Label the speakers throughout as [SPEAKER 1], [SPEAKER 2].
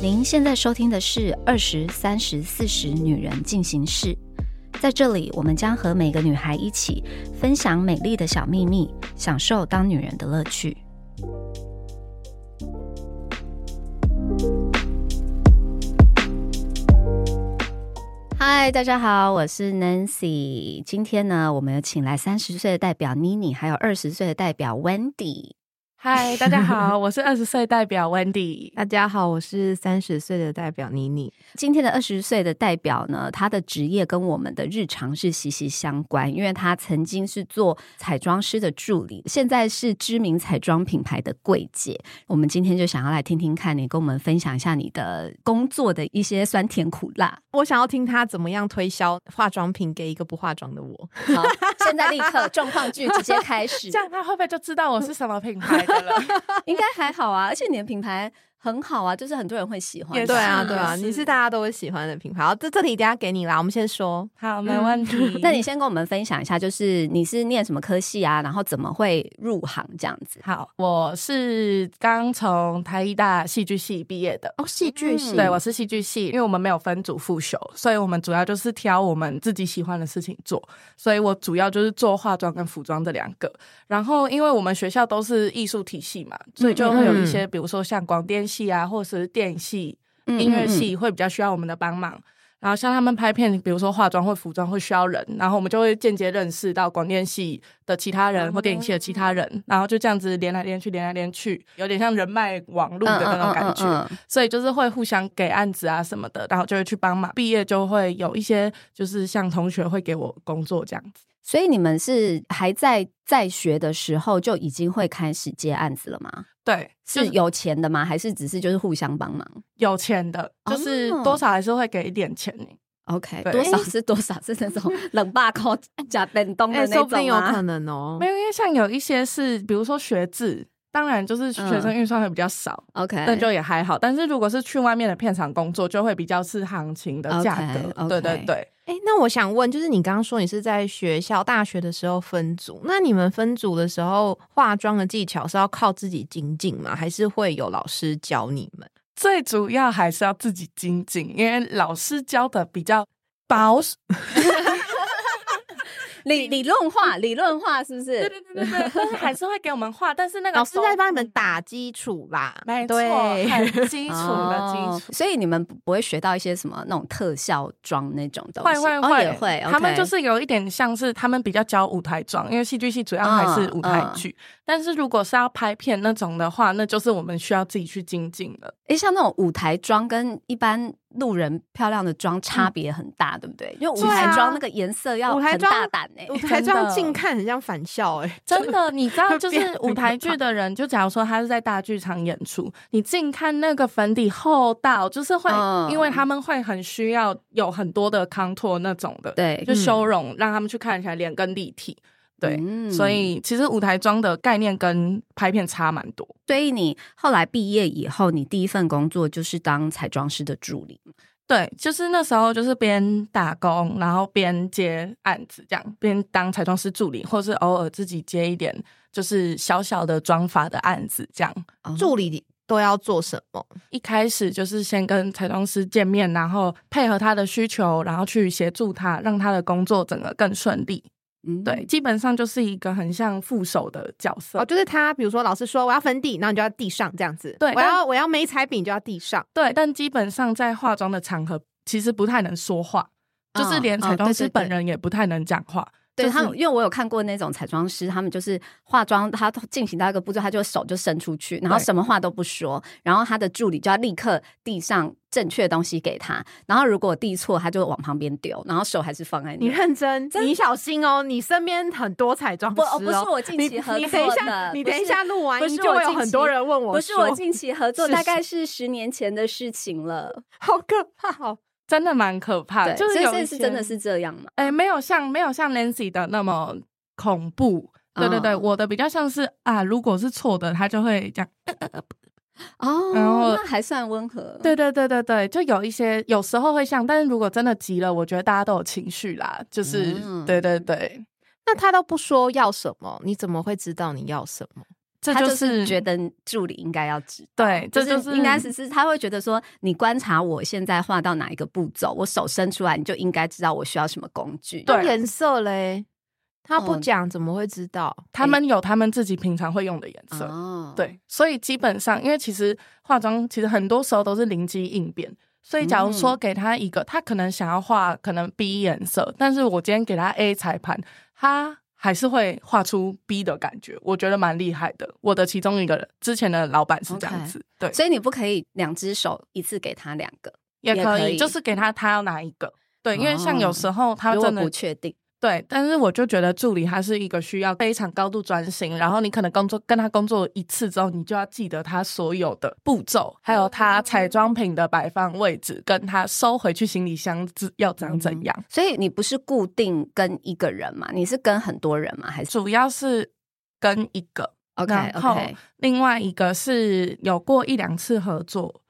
[SPEAKER 1] 您现在收听的是《二十三十四十女人进行式》，在这里，我们将和每个女孩一起分享美丽的小秘密，享受当女人的乐趣。嗨，大家好，我是 Nancy。今天呢，我们有请来三十岁的代表 Nini，还有二十岁的代表 Wendy。
[SPEAKER 2] 嗨，大家好， 我是二十岁代表 Wendy。
[SPEAKER 3] 大家好，我是三十岁的代表妮妮。
[SPEAKER 1] 今天的二十岁的代表呢，他的职业跟我们的日常是息息相关，因为他曾经是做彩妆师的助理，现在是知名彩妆品牌的柜姐。我们今天就想要来听听看，你跟我们分享一下你的工作的一些酸甜苦辣。
[SPEAKER 3] 我想要听她怎么样推销化妆品给一个不化妆 的我。
[SPEAKER 1] 好， 现在立刻状况剧直接开始
[SPEAKER 2] 这样他会不会就知道我是什么品牌的了？
[SPEAKER 1] 应该还好啊，而且你的品牌很好啊，就是很多人会喜欢。
[SPEAKER 2] 也是
[SPEAKER 3] 对啊，对啊，
[SPEAKER 2] 是
[SPEAKER 3] 你是大家都会喜欢的品牌。好，这这题等一下给你啦。我们先说，
[SPEAKER 2] 好，没问题。
[SPEAKER 1] 那你先跟我们分享一下，就是你是念什么科系啊？然后怎么会入行这样子？
[SPEAKER 2] 好，我是刚从台艺大戏剧系毕业的。
[SPEAKER 3] 哦，戏剧
[SPEAKER 1] 系
[SPEAKER 2] 对，我是戏剧系，因为我们没有分组复修，所以我们主要就是挑我们自己喜欢的事情做。所以我主要就是做化妆跟服装这两个。然后，因为我们学校都是艺术体系嘛，所以就会有一些，比如说像广电系啊，或者是电系、
[SPEAKER 1] 嗯
[SPEAKER 2] 音乐系会比较需要我们的帮忙。然后像他们拍片，比如说化妆或服装会需要人，然后我们就会间接认识到广电系的其他
[SPEAKER 1] 哦
[SPEAKER 2] 人或电影系的其他人，然后就这样子连来连去，连来连去，有点像人脉网路的那种感觉。
[SPEAKER 1] 嗯嗯嗯嗯
[SPEAKER 2] 所以就是会互相给案子啊什么的，然后就会去帮忙。毕业就会有一些就是像同学会给我工作这样子。
[SPEAKER 1] 所以你们是还在在学的时候就已经会开始接案子了吗？
[SPEAKER 2] 对，就是
[SPEAKER 1] 有钱的吗？还是只是就是互相帮忙
[SPEAKER 2] 有钱的，就是
[SPEAKER 1] 哦
[SPEAKER 2] 多少还是会给一点钱。
[SPEAKER 1] ？OK，
[SPEAKER 2] 对
[SPEAKER 1] 多少是多少是那种 冷霸扣加冷冻的
[SPEAKER 3] 哎，
[SPEAKER 1] 那
[SPEAKER 3] 说
[SPEAKER 1] 种
[SPEAKER 3] 不定有
[SPEAKER 1] 吗
[SPEAKER 3] 可能哦
[SPEAKER 2] 啊没。有，因为像有一些是，比如说学制，当然就是
[SPEAKER 1] 嗯
[SPEAKER 2] 学生预算会比较少，
[SPEAKER 1] OK，
[SPEAKER 2] 但就也还好。但是如果是去外面的片场工作，就会比较是行情的价格。
[SPEAKER 1] OK，OK
[SPEAKER 2] 对对对，
[SPEAKER 3] 哎，那我想问，就是你刚刚说你是在学校大学的时候分组，那你们分组的时候化妆的技巧是要靠自己精进吗？还是会有老师教你们？
[SPEAKER 2] 最主要还是要自己精进，因为老师教的比较保守。
[SPEAKER 1] 理理论化，理论化是不是？
[SPEAKER 2] 对对对对对，但是还是会给我们画，但是那个
[SPEAKER 3] 呃老师在
[SPEAKER 2] 手
[SPEAKER 3] 帮你们打基础啦，
[SPEAKER 2] 嗯没错，
[SPEAKER 3] 对
[SPEAKER 2] 很基础的
[SPEAKER 1] 哦
[SPEAKER 2] 基础。
[SPEAKER 1] 所以你们不不会学到一些什么那种特效妆那种东
[SPEAKER 2] 会
[SPEAKER 1] 西，
[SPEAKER 2] 会
[SPEAKER 1] 哦
[SPEAKER 2] 会，
[SPEAKER 1] 也会，
[SPEAKER 2] 他们
[SPEAKER 1] OK
[SPEAKER 2] 就是有一点像是他们比较教舞台妆，因为戏剧系主要还是
[SPEAKER 3] 嗯
[SPEAKER 2] 舞台剧。但是如果是要拍片那种的话，那就是我们需要自己去精进了。
[SPEAKER 1] 诶，像那种舞台妆跟一般路人漂亮的妆差别很大，对不对？因为舞
[SPEAKER 2] 对
[SPEAKER 1] 台
[SPEAKER 2] 啊
[SPEAKER 1] 妆那个颜色要
[SPEAKER 3] 舞台
[SPEAKER 1] 很
[SPEAKER 3] 妆
[SPEAKER 1] 大胆哎、
[SPEAKER 3] 舞台
[SPEAKER 2] 欸真
[SPEAKER 3] 妆
[SPEAKER 2] 的
[SPEAKER 3] 近看很像返校哎，
[SPEAKER 2] 真 的，你知道，就
[SPEAKER 3] 变
[SPEAKER 2] 是
[SPEAKER 3] 得
[SPEAKER 2] 舞台剧的人，就假如说他是在大剧场演出，你近看那个粉底厚到，就是会，
[SPEAKER 1] 嗯
[SPEAKER 2] 因为他们会很需要有很多的 contour 那种的，
[SPEAKER 1] 对
[SPEAKER 2] 就修容，让他们去看起来脸更立体。对，
[SPEAKER 1] 嗯
[SPEAKER 2] 所以其实舞台妆的概念跟拍片差蛮多。
[SPEAKER 1] 所以你后来毕业以后，你第一份工作就是当彩妆师的助理。
[SPEAKER 2] 对，就是那时候就是边打工，然后边接案子，这样边当彩妆师助理，或是偶尔自己接一点就是小小的妆发的案子，这样。
[SPEAKER 1] 哦
[SPEAKER 3] 助理 都要做什么？
[SPEAKER 2] 一开始就是先跟彩妆师见面，然后配合他的需求，然后去协助他，让他的工作整个更顺利。
[SPEAKER 1] 嗯
[SPEAKER 2] 对，，基本上就是一个很像副手的角色。
[SPEAKER 3] 哦，就是他，比如说老师说我要粉底，然后你就要地上这样子。
[SPEAKER 2] 对
[SPEAKER 3] 我
[SPEAKER 2] 但
[SPEAKER 3] 要我要眉彩笔，你就要地上。
[SPEAKER 2] 对，但基本上在化妆的场合，其实不太能说话，
[SPEAKER 1] 嗯
[SPEAKER 2] 就是连彩妆
[SPEAKER 1] 嗯
[SPEAKER 2] 师
[SPEAKER 1] 对对对
[SPEAKER 2] 本人也不太能讲话。
[SPEAKER 1] 对、
[SPEAKER 2] 就是
[SPEAKER 1] 他们，因为我有看过那种彩妆师，他们就是化妆，他进行到一个步骤，他就手就伸出去，然后
[SPEAKER 2] 对
[SPEAKER 1] 什么话都不说，然后他的助理就要立刻递上正确的东西给他，然后如果递错，他就往旁边丢，然后手还是放在那。
[SPEAKER 3] 你认真，你小心哦，你身边很多彩妆师
[SPEAKER 1] 不
[SPEAKER 3] 哦。
[SPEAKER 1] 哦，不是我近
[SPEAKER 3] 你
[SPEAKER 1] 期合
[SPEAKER 3] 你
[SPEAKER 1] 作
[SPEAKER 3] 等一
[SPEAKER 1] 的
[SPEAKER 3] 下，你
[SPEAKER 1] 不
[SPEAKER 3] 等一
[SPEAKER 1] 是
[SPEAKER 3] 下录完
[SPEAKER 1] 不是
[SPEAKER 3] 音就
[SPEAKER 1] 我
[SPEAKER 3] 会有
[SPEAKER 1] 近
[SPEAKER 3] 很
[SPEAKER 1] 期
[SPEAKER 3] 多人问我，
[SPEAKER 1] 不是我，近期合作，
[SPEAKER 3] 是
[SPEAKER 1] 大概是十年前的事情了。
[SPEAKER 3] 好可怕哦。
[SPEAKER 2] 真的蛮可怕的，
[SPEAKER 1] 对，
[SPEAKER 2] 就是
[SPEAKER 1] 所以
[SPEAKER 2] 有
[SPEAKER 1] 所以
[SPEAKER 2] 一
[SPEAKER 1] 是
[SPEAKER 2] 些
[SPEAKER 1] 真的是这样嘛？
[SPEAKER 2] 哎、没有像没有像 Nancy 的那么恐怖。对对对，
[SPEAKER 1] 嗯
[SPEAKER 2] 我的比较像是啊，如果是错的，他就会讲。
[SPEAKER 1] 哦，
[SPEAKER 2] 然后
[SPEAKER 1] 那还算温和。
[SPEAKER 2] 对对对对对，就有一些有时候会像，但是如果真的急了，我觉得大家都有情绪啦，就是、
[SPEAKER 1] 嗯
[SPEAKER 2] 对对对，
[SPEAKER 3] 那他都不说要什么，你怎么会知道你要什么？
[SPEAKER 2] 这
[SPEAKER 1] 他
[SPEAKER 2] 就
[SPEAKER 1] 就是
[SPEAKER 2] 是
[SPEAKER 1] 觉得助理应该要知道，
[SPEAKER 2] 对这就是
[SPEAKER 1] 应该只是他会觉得说，你观察我现在画到哪一个步骤，我手伸出来，你就应该知道我需要什么工具。
[SPEAKER 2] 对
[SPEAKER 3] 颜色嘞，他不
[SPEAKER 1] 嗯
[SPEAKER 3] 讲怎么会知道？
[SPEAKER 2] 他们有他们自己平常会用的颜色。
[SPEAKER 1] 哦，
[SPEAKER 2] 对，所以基本上，因为其实化妆其实很多时候都是灵机应变，所以假如
[SPEAKER 1] 嗯
[SPEAKER 2] 说给他一个，他可能想要画可能 B 颜色，但是我今天给他 A 彩盘，他还是会画出 B 的感觉，我觉得蛮厉害的。我的其中一个人之前的老板是这样
[SPEAKER 1] OK
[SPEAKER 2] 子对，
[SPEAKER 1] 所以你不可以两只手一次给他两个，
[SPEAKER 2] 也
[SPEAKER 1] 也
[SPEAKER 2] 可
[SPEAKER 1] 可
[SPEAKER 2] 以，
[SPEAKER 1] 以哦
[SPEAKER 2] 就是给他他要哪一个。对，因为像有时候他
[SPEAKER 1] 如果
[SPEAKER 2] 真的
[SPEAKER 1] 不确定，
[SPEAKER 2] 对，但是我就觉得助理他是一个需要非常高度专心，然后你可能工作跟他工作一次之后，你就要记得他所有的步骤，还有他
[SPEAKER 1] 哦
[SPEAKER 2] 彩妆品的摆放位置，跟他收回去行李箱之要长怎样。
[SPEAKER 1] 所以你不是固定跟一个人嘛，你是跟很多人嘛，还是
[SPEAKER 2] 主要是跟一个
[SPEAKER 1] OK
[SPEAKER 2] 然后
[SPEAKER 1] OK
[SPEAKER 2] 另外一个是有过一两次合作，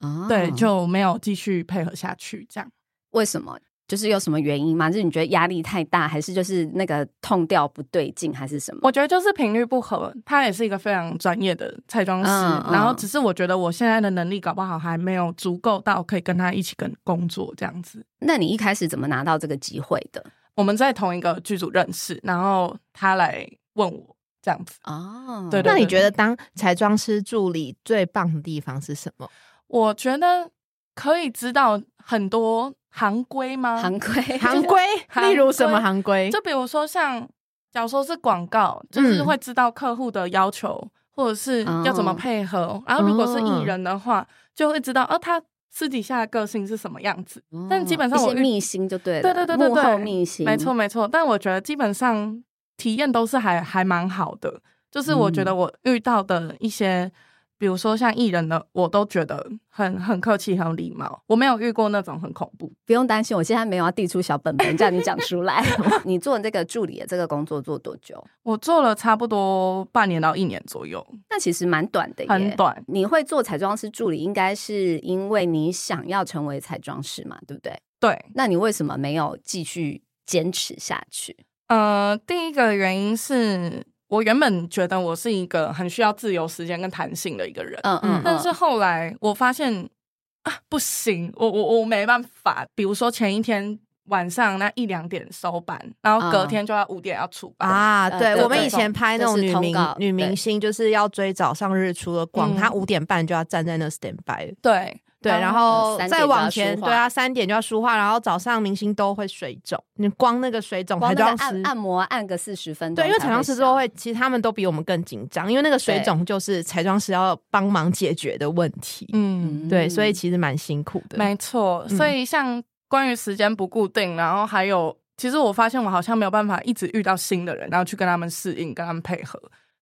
[SPEAKER 1] 哦
[SPEAKER 2] 对，就没有继续配合下去这样。
[SPEAKER 1] 为什么？就是有什么原因吗？就是你觉得压力太大，还是就是那个痛调不对劲，还是什么？
[SPEAKER 2] 我觉得就是频率不合，他也是一个非常专业的彩妆师，
[SPEAKER 1] 嗯嗯
[SPEAKER 2] 然后只是我觉得我现在的能力搞不好还没有足够到可以跟他一起跟工作这样子。
[SPEAKER 1] 那你一开始怎么拿到这个机会的？
[SPEAKER 2] 我们在同一个剧组认识，然后他来问我这样子，
[SPEAKER 1] 哦，
[SPEAKER 2] 对对
[SPEAKER 3] 那你觉得当彩妆师助理最棒的地方是什么？
[SPEAKER 2] 我觉得可以知道很多行规吗？
[SPEAKER 1] 行规，
[SPEAKER 3] 行规，
[SPEAKER 2] 行
[SPEAKER 3] 例如什么
[SPEAKER 2] 规
[SPEAKER 3] 行规？
[SPEAKER 2] 就比如说像，假如说是广告，
[SPEAKER 1] 嗯
[SPEAKER 2] 就是会知道客户的要求，或者是要
[SPEAKER 1] 哦
[SPEAKER 2] 怎么配合。然后如果是艺人的话，就会知道哦、他私底下的个性是什么样子。但基本上我
[SPEAKER 1] 哦一些
[SPEAKER 2] 遇
[SPEAKER 1] 秘辛就对了，
[SPEAKER 2] 对对对对
[SPEAKER 1] 幕
[SPEAKER 2] 对
[SPEAKER 1] 后秘辛，
[SPEAKER 2] 没错，没错，但我觉得基本上体验都是还还蛮好的，就是我觉得
[SPEAKER 1] 嗯
[SPEAKER 2] 我遇到的一些，比如说像艺人的，我都觉得很很客气，很有礼貌，我没有遇过那种很恐怖。
[SPEAKER 1] 不用担心，我现在没有要递出小本本 叫你讲出 来。你做这个助理的这个工作做多久？
[SPEAKER 2] 我做了差不多半年到一年左右，
[SPEAKER 1] 那其实蛮短的耶，
[SPEAKER 2] 很。短。
[SPEAKER 1] 你会做彩妆师助理，应该是因为你想要成为彩妆师嘛，对不对？
[SPEAKER 2] 对，
[SPEAKER 1] 那你为什么没有继续坚持下去？
[SPEAKER 2] 呃，第一个原因是我原本觉得我是一个很需要自由时间跟弹性的一个人，
[SPEAKER 1] 嗯嗯
[SPEAKER 3] 嗯，
[SPEAKER 2] 但是后来我发现啊，不行，我我我没办法。比如说前一天晚上那一两点收班，然后隔天就要五点要出班。
[SPEAKER 3] 嗯啊，
[SPEAKER 1] 呃
[SPEAKER 3] 对，
[SPEAKER 1] 对
[SPEAKER 3] 我们
[SPEAKER 1] 对
[SPEAKER 3] 以前拍那种
[SPEAKER 1] 这是
[SPEAKER 3] 女
[SPEAKER 1] 通
[SPEAKER 3] 明
[SPEAKER 1] 告
[SPEAKER 3] 女
[SPEAKER 1] 对
[SPEAKER 3] 明星，就是要追早上日出的光，
[SPEAKER 2] 嗯
[SPEAKER 3] 她五点半就要站在那 stand by 了。
[SPEAKER 2] 对
[SPEAKER 3] 对，然后
[SPEAKER 1] 三点
[SPEAKER 3] 再
[SPEAKER 1] 就
[SPEAKER 3] 往
[SPEAKER 1] 要
[SPEAKER 3] 前，
[SPEAKER 1] 梳化
[SPEAKER 3] 对啊，三点就要梳化，然后早上明星都会水肿，你光那个水肿，
[SPEAKER 1] 光
[SPEAKER 3] 彩
[SPEAKER 1] 那
[SPEAKER 3] 妆
[SPEAKER 1] 个按
[SPEAKER 3] 师
[SPEAKER 1] 按摩按个四十分钟才
[SPEAKER 3] 对，
[SPEAKER 1] 消，
[SPEAKER 3] 因为彩妆师都会，其实他们都比我们更紧张，因为那个水
[SPEAKER 1] 对
[SPEAKER 3] 肿就是彩妆师要帮忙解决的问题。
[SPEAKER 2] 嗯，
[SPEAKER 3] 对，所以其实蛮辛苦的。
[SPEAKER 2] 没错。
[SPEAKER 3] 嗯
[SPEAKER 2] 所以像关于时间不固定，然后还有，其实我发现我好像没有办法一直遇到新的人，然后去跟他们适应，跟他们配合。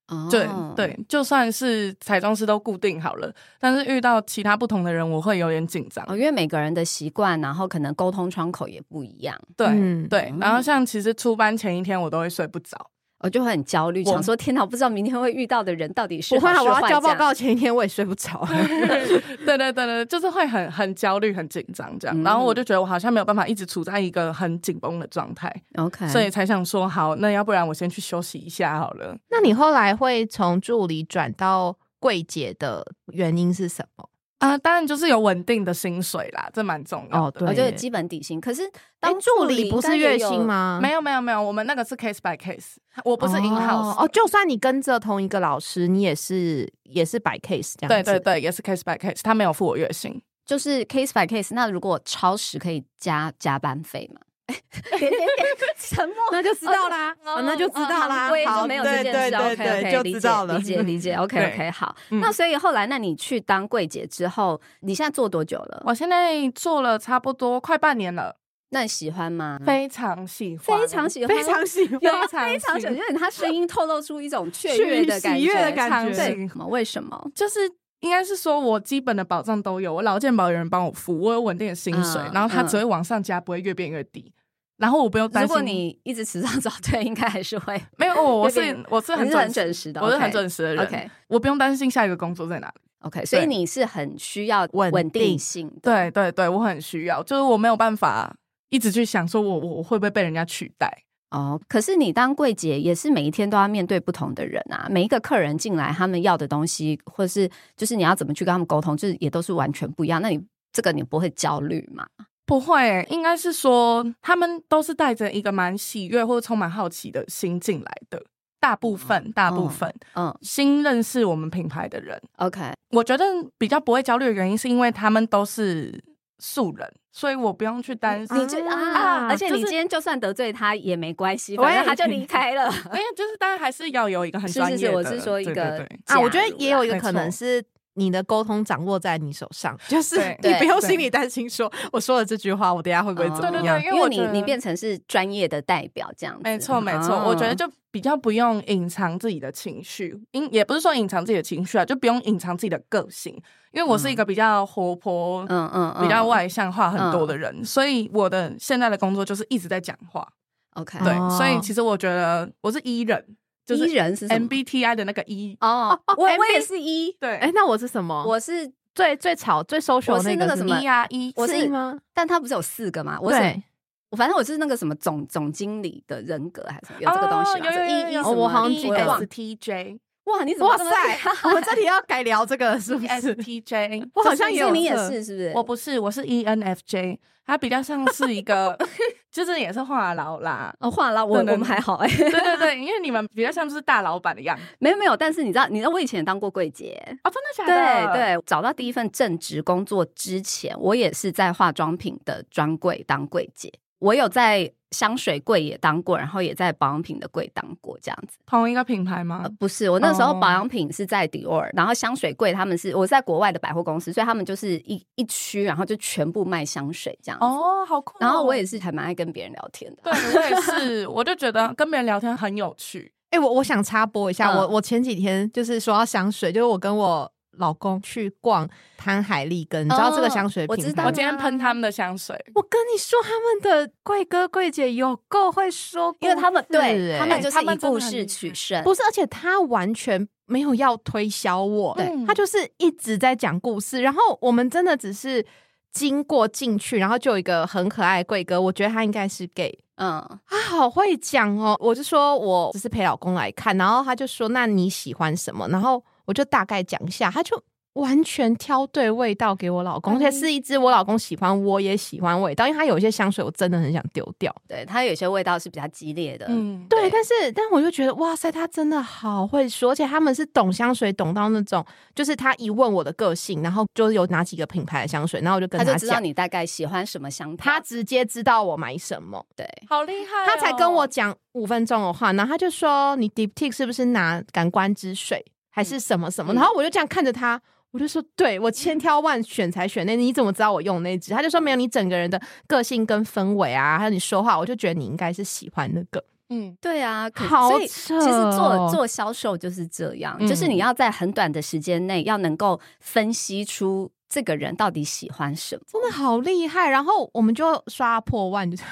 [SPEAKER 1] 哦
[SPEAKER 2] 对对，就算是彩妆师都固定好了，但是遇到其他不同的人，我会有点紧张。
[SPEAKER 1] 哦，因为每个人的习惯，然后可能沟通窗口也不一样，
[SPEAKER 2] 对、
[SPEAKER 3] 嗯
[SPEAKER 2] 对，然后像其实出班前一天我都会睡不着，
[SPEAKER 1] 我哦就会很焦虑，
[SPEAKER 2] 我
[SPEAKER 1] 想说天哪，我不知道明天会遇到的人到底是
[SPEAKER 3] 不会啊，
[SPEAKER 1] 好
[SPEAKER 3] 我
[SPEAKER 1] 是
[SPEAKER 3] 要
[SPEAKER 1] 坏
[SPEAKER 3] 交
[SPEAKER 1] 这
[SPEAKER 3] 报
[SPEAKER 1] 样
[SPEAKER 3] 告前一天我也睡 不着。
[SPEAKER 2] 对对对对，就是会很很焦虑、很紧张这样。
[SPEAKER 1] 嗯
[SPEAKER 2] 然后我就觉得我好像没有办法一直处在一个很紧绷的状态，
[SPEAKER 3] 嗯
[SPEAKER 1] OK，
[SPEAKER 2] 所以才想说，好，那要不然我先去休息一下好了。
[SPEAKER 3] 那你后来会从助理转到柜姐的原因是什么？
[SPEAKER 2] 啊、当然就是有稳定的薪水啦，这蛮重要
[SPEAKER 3] 哦
[SPEAKER 2] 的。
[SPEAKER 3] 对
[SPEAKER 1] 我觉得
[SPEAKER 3] 耶
[SPEAKER 1] 基本底薪。可是
[SPEAKER 3] 哎
[SPEAKER 1] 当，
[SPEAKER 3] 助
[SPEAKER 1] 理
[SPEAKER 3] 理不
[SPEAKER 1] 应该
[SPEAKER 3] 是
[SPEAKER 1] 也
[SPEAKER 3] 月
[SPEAKER 1] 有
[SPEAKER 3] 薪？吗？
[SPEAKER 2] 没有没有没有，我们那个是 case by case，我不是
[SPEAKER 3] 哦
[SPEAKER 2] in house
[SPEAKER 3] 哦，就算你跟着同一个老师，你也是也是摆 case 这样
[SPEAKER 2] 对
[SPEAKER 3] 子。
[SPEAKER 2] 对对，也是 case by case，他没有付我月薪。
[SPEAKER 1] 就是 case by case。那如果超时可以加加班费 吗？点点点，沉默。
[SPEAKER 3] 那就知道啦，
[SPEAKER 1] 哦
[SPEAKER 3] 哦那就知道
[SPEAKER 1] 哦行
[SPEAKER 3] 啦
[SPEAKER 1] 规，
[SPEAKER 3] 好，
[SPEAKER 1] 就没有
[SPEAKER 3] 对
[SPEAKER 1] 这件事
[SPEAKER 3] 对对
[SPEAKER 1] OK，OK，
[SPEAKER 3] 对，就
[SPEAKER 1] 理解
[SPEAKER 3] 知道了
[SPEAKER 1] 理。解 理解，OK
[SPEAKER 2] 对
[SPEAKER 1] OK，好。
[SPEAKER 2] 嗯
[SPEAKER 1] 那所以后来，那你去当柜姐之后，你现在做多久了？
[SPEAKER 3] 哦
[SPEAKER 2] 我现在做了差不多快半年了，
[SPEAKER 1] 那你喜欢吗？
[SPEAKER 3] 嗯
[SPEAKER 2] 非常喜欢，
[SPEAKER 1] 非常喜欢，
[SPEAKER 3] 非常喜欢，
[SPEAKER 1] 有
[SPEAKER 2] 非 常
[SPEAKER 1] 非常喜欢，
[SPEAKER 2] 喜
[SPEAKER 1] 因为他声音透露出一种雀跃的感觉，
[SPEAKER 3] 喜悦的感
[SPEAKER 2] 觉
[SPEAKER 1] 对，什么为什么？
[SPEAKER 2] 就是应该是说我基本的保障都有，我劳健保有人帮我付，我有稳定的薪水，
[SPEAKER 1] 嗯
[SPEAKER 2] 然后它
[SPEAKER 1] 嗯
[SPEAKER 2] 只会往上加，不会越变越低。然后我不用担
[SPEAKER 1] 如
[SPEAKER 2] 心，
[SPEAKER 1] 果你一直迟到早 退，应该还是会
[SPEAKER 2] 没有哦我，我
[SPEAKER 1] 越变
[SPEAKER 2] 是我是很
[SPEAKER 1] 你是很准时的
[SPEAKER 2] 我是很
[SPEAKER 1] OK
[SPEAKER 2] 准时的人
[SPEAKER 1] OK
[SPEAKER 2] 我不用担心下一个工作在哪里。
[SPEAKER 1] OK，所以你是很需要
[SPEAKER 3] 稳
[SPEAKER 1] 稳定
[SPEAKER 3] 定
[SPEAKER 1] 性的。
[SPEAKER 2] 对对对，我很需要，就是我没有办法一直去想说我我我会不会被人家取代。
[SPEAKER 1] 哦，可是你当柜姐也是每一天都要面对不同的人啊，每一个客人进来，他们要的东西，或是就是你要怎么去跟他们沟通，就是也都是完全不一样。那你这个你不会焦虑吗？
[SPEAKER 2] 不会欸、应该是说他们都是带着一个蛮喜悦或充满好奇的心进来的，大部分大部分、
[SPEAKER 1] 嗯
[SPEAKER 2] 新认识我们品牌的人，
[SPEAKER 1] ，OK，
[SPEAKER 2] 我觉得比较不会焦虑的原因是因为他们都是素人，所以我不用去担心。
[SPEAKER 1] 你就啊，
[SPEAKER 3] 啊
[SPEAKER 1] 而且
[SPEAKER 2] 就
[SPEAKER 1] 你
[SPEAKER 2] 是
[SPEAKER 1] 今天就算得罪他也没关系，反正他就 离开了。
[SPEAKER 2] 因为就是当然还是要有一个很
[SPEAKER 1] 是
[SPEAKER 2] 专
[SPEAKER 1] 是
[SPEAKER 2] 业
[SPEAKER 1] 是，
[SPEAKER 2] 的，
[SPEAKER 1] 我是说一
[SPEAKER 2] 对
[SPEAKER 1] 个
[SPEAKER 2] 对对
[SPEAKER 3] 啊，我觉得
[SPEAKER 1] 假如
[SPEAKER 3] 也有一
[SPEAKER 1] 啦
[SPEAKER 3] 个
[SPEAKER 2] 没
[SPEAKER 3] 可能
[SPEAKER 2] 错
[SPEAKER 3] 是你的沟通掌握在你手上，就是
[SPEAKER 2] 对
[SPEAKER 3] 你
[SPEAKER 1] 对
[SPEAKER 3] 不用
[SPEAKER 2] 对
[SPEAKER 3] 心里担心说我说了这句话，我等一下会不会
[SPEAKER 1] 哦
[SPEAKER 3] 怎
[SPEAKER 2] 对对
[SPEAKER 3] 么
[SPEAKER 2] 对
[SPEAKER 3] 样？
[SPEAKER 2] 因为
[SPEAKER 1] 因
[SPEAKER 2] 我
[SPEAKER 1] 为
[SPEAKER 2] 觉
[SPEAKER 1] 你
[SPEAKER 2] 得
[SPEAKER 1] 你变成是专业的代表这样子。哦
[SPEAKER 2] 没错，没错，我觉得
[SPEAKER 1] 嗯
[SPEAKER 2] 就比较不用隐藏自己的情绪，隐也不是说隐藏自己的情绪啊，就不用隐藏自己的个性，因为我是一个比较活泼、
[SPEAKER 1] 嗯嗯嗯
[SPEAKER 2] 比较外向化很多的人，所以我的现在的工作就是一直在讲话，
[SPEAKER 1] OK，
[SPEAKER 2] 对，
[SPEAKER 3] 哦
[SPEAKER 2] 所以其实我觉得我是 E 人，就是
[SPEAKER 1] E 人是什么
[SPEAKER 2] MBTI 的那个 E，
[SPEAKER 1] 哦，我
[SPEAKER 2] 哦
[SPEAKER 1] 我
[SPEAKER 2] MB
[SPEAKER 1] 也是一，
[SPEAKER 2] 对，
[SPEAKER 3] 哎，那我是什么？
[SPEAKER 1] 我是
[SPEAKER 3] 最最吵、最 social
[SPEAKER 1] 我是
[SPEAKER 3] 那
[SPEAKER 1] 那个
[SPEAKER 3] 是
[SPEAKER 1] 什
[SPEAKER 3] 吗
[SPEAKER 1] 么
[SPEAKER 2] E 啊 E，
[SPEAKER 1] 我
[SPEAKER 3] 是
[SPEAKER 1] 是
[SPEAKER 3] 吗？
[SPEAKER 1] 但他不是有四个吗？我是
[SPEAKER 3] 对，
[SPEAKER 1] 我反正我是那个什么总总经理的人格还是什么有这个东西吗？
[SPEAKER 2] 哦有有有
[SPEAKER 1] 一
[SPEAKER 2] 有
[SPEAKER 1] 一
[SPEAKER 2] 有
[SPEAKER 1] 什么啊
[SPEAKER 3] 我好像记得
[SPEAKER 1] 我忘
[SPEAKER 2] STJ
[SPEAKER 1] 哇，你怎么
[SPEAKER 3] 哇
[SPEAKER 1] 这么
[SPEAKER 3] 塞， 我们这里要改聊这个是不是？
[SPEAKER 2] STJ，
[SPEAKER 3] 我好像
[SPEAKER 1] 所以
[SPEAKER 3] 有
[SPEAKER 1] 你也
[SPEAKER 3] 测
[SPEAKER 1] 是是不是？
[SPEAKER 2] 我不是，我是 E ENFJ，他比较像是一 个，就是也是话痨啦。
[SPEAKER 1] 哦，换了啦，我我
[SPEAKER 2] 对对
[SPEAKER 1] 们还好哎、
[SPEAKER 2] 对对对，因为你们比较像是大老板的 样子
[SPEAKER 1] 没有没有，但是你知道，你知道我以前也当过柜姐，
[SPEAKER 2] 哦，真的假
[SPEAKER 1] 对
[SPEAKER 2] 的？
[SPEAKER 1] 对，找到第一份正职工作之前，我也是在化妆品的专柜当柜姐，我有在香水柜也当过，然后也在保养品的柜当过这样子。
[SPEAKER 2] 同一个品牌吗
[SPEAKER 1] 呃，？不是，我那时候
[SPEAKER 2] 哦
[SPEAKER 1] 保养品是在迪奥尔，然后香水柜他们是我是在国外的百货公司，所以他们就是一一区，然后就全部卖香水这样子。
[SPEAKER 2] 哦，好酷哦、
[SPEAKER 1] 然后我也是还蛮爱跟别人聊天的，
[SPEAKER 2] 对我也是，我就觉得跟别人聊天很有趣。
[SPEAKER 3] 哎，我我想插播一下，
[SPEAKER 1] 嗯
[SPEAKER 3] 我我前几天就是说到香水，就是我跟我老公去逛潘海利根，你知道这个
[SPEAKER 1] 哦
[SPEAKER 3] 香水
[SPEAKER 1] 我
[SPEAKER 3] 品
[SPEAKER 1] 知
[SPEAKER 3] 牌
[SPEAKER 1] 道
[SPEAKER 2] 我
[SPEAKER 3] 吗
[SPEAKER 2] 今天喷他们的香水，
[SPEAKER 3] 我跟你说，他们的贵哥贵姐有够会说故事欸，
[SPEAKER 1] 因为他们对
[SPEAKER 3] 哎
[SPEAKER 1] 他们就是
[SPEAKER 2] 哦欸他
[SPEAKER 1] 以
[SPEAKER 2] 们真的
[SPEAKER 1] 故
[SPEAKER 2] 很厉
[SPEAKER 1] 事
[SPEAKER 2] 害
[SPEAKER 1] 取胜，
[SPEAKER 3] 不是，而且他完全没有要推销我，
[SPEAKER 2] 对
[SPEAKER 1] 嗯
[SPEAKER 3] 他就是一直在讲故事。然后我们真的只是经过进去，然后就有一个很可爱的贵哥，我觉得他应该是 gay，
[SPEAKER 1] 嗯，
[SPEAKER 3] 他啊好会讲哦。我就说我只是陪老公来看，然后他就说那你喜欢什么？然后我就大概讲一下，他就。完全挑对味道给我老公，
[SPEAKER 1] 嗯
[SPEAKER 3] 而且是一支我老公喜欢，我也喜欢味道。因为他有一些香水，我真的很想丢掉。
[SPEAKER 1] 对，它有些味道是比较激烈的，
[SPEAKER 2] 嗯，
[SPEAKER 3] 对，
[SPEAKER 1] 对
[SPEAKER 3] 但是但我就觉得哇塞，他真的好会说，而且他们是懂香水懂到那种，就是他一问我的个性，然后就是有哪几个品牌的香水，然后我就跟
[SPEAKER 1] 他就知道
[SPEAKER 3] 讲，
[SPEAKER 1] 你大概喜欢什么香调，
[SPEAKER 3] 他直接知道我买什么，
[SPEAKER 1] 对，
[SPEAKER 2] 好厉害哦、
[SPEAKER 3] 他才跟我讲五分钟的话，然后他就说你 Diptic 是不是拿感官之水还是什么什么，
[SPEAKER 1] 嗯
[SPEAKER 3] 然后我就这样看着他。我就说，对我千挑万选才选那，你怎么知道我用那支？他就说没有，你整个人的个性跟氛围啊，还有你说话，我就觉得你应该是喜欢那个。
[SPEAKER 2] 嗯，
[SPEAKER 1] 对啊，可
[SPEAKER 3] 好
[SPEAKER 1] 所以其
[SPEAKER 3] 扯
[SPEAKER 1] 实做
[SPEAKER 3] 哦
[SPEAKER 1] 做销售就是这样，
[SPEAKER 2] 嗯
[SPEAKER 1] 就是你要在很短的时间内要能够分析出这个人到底喜欢什么，
[SPEAKER 3] 真的好厉害。然后我们就刷破万，就是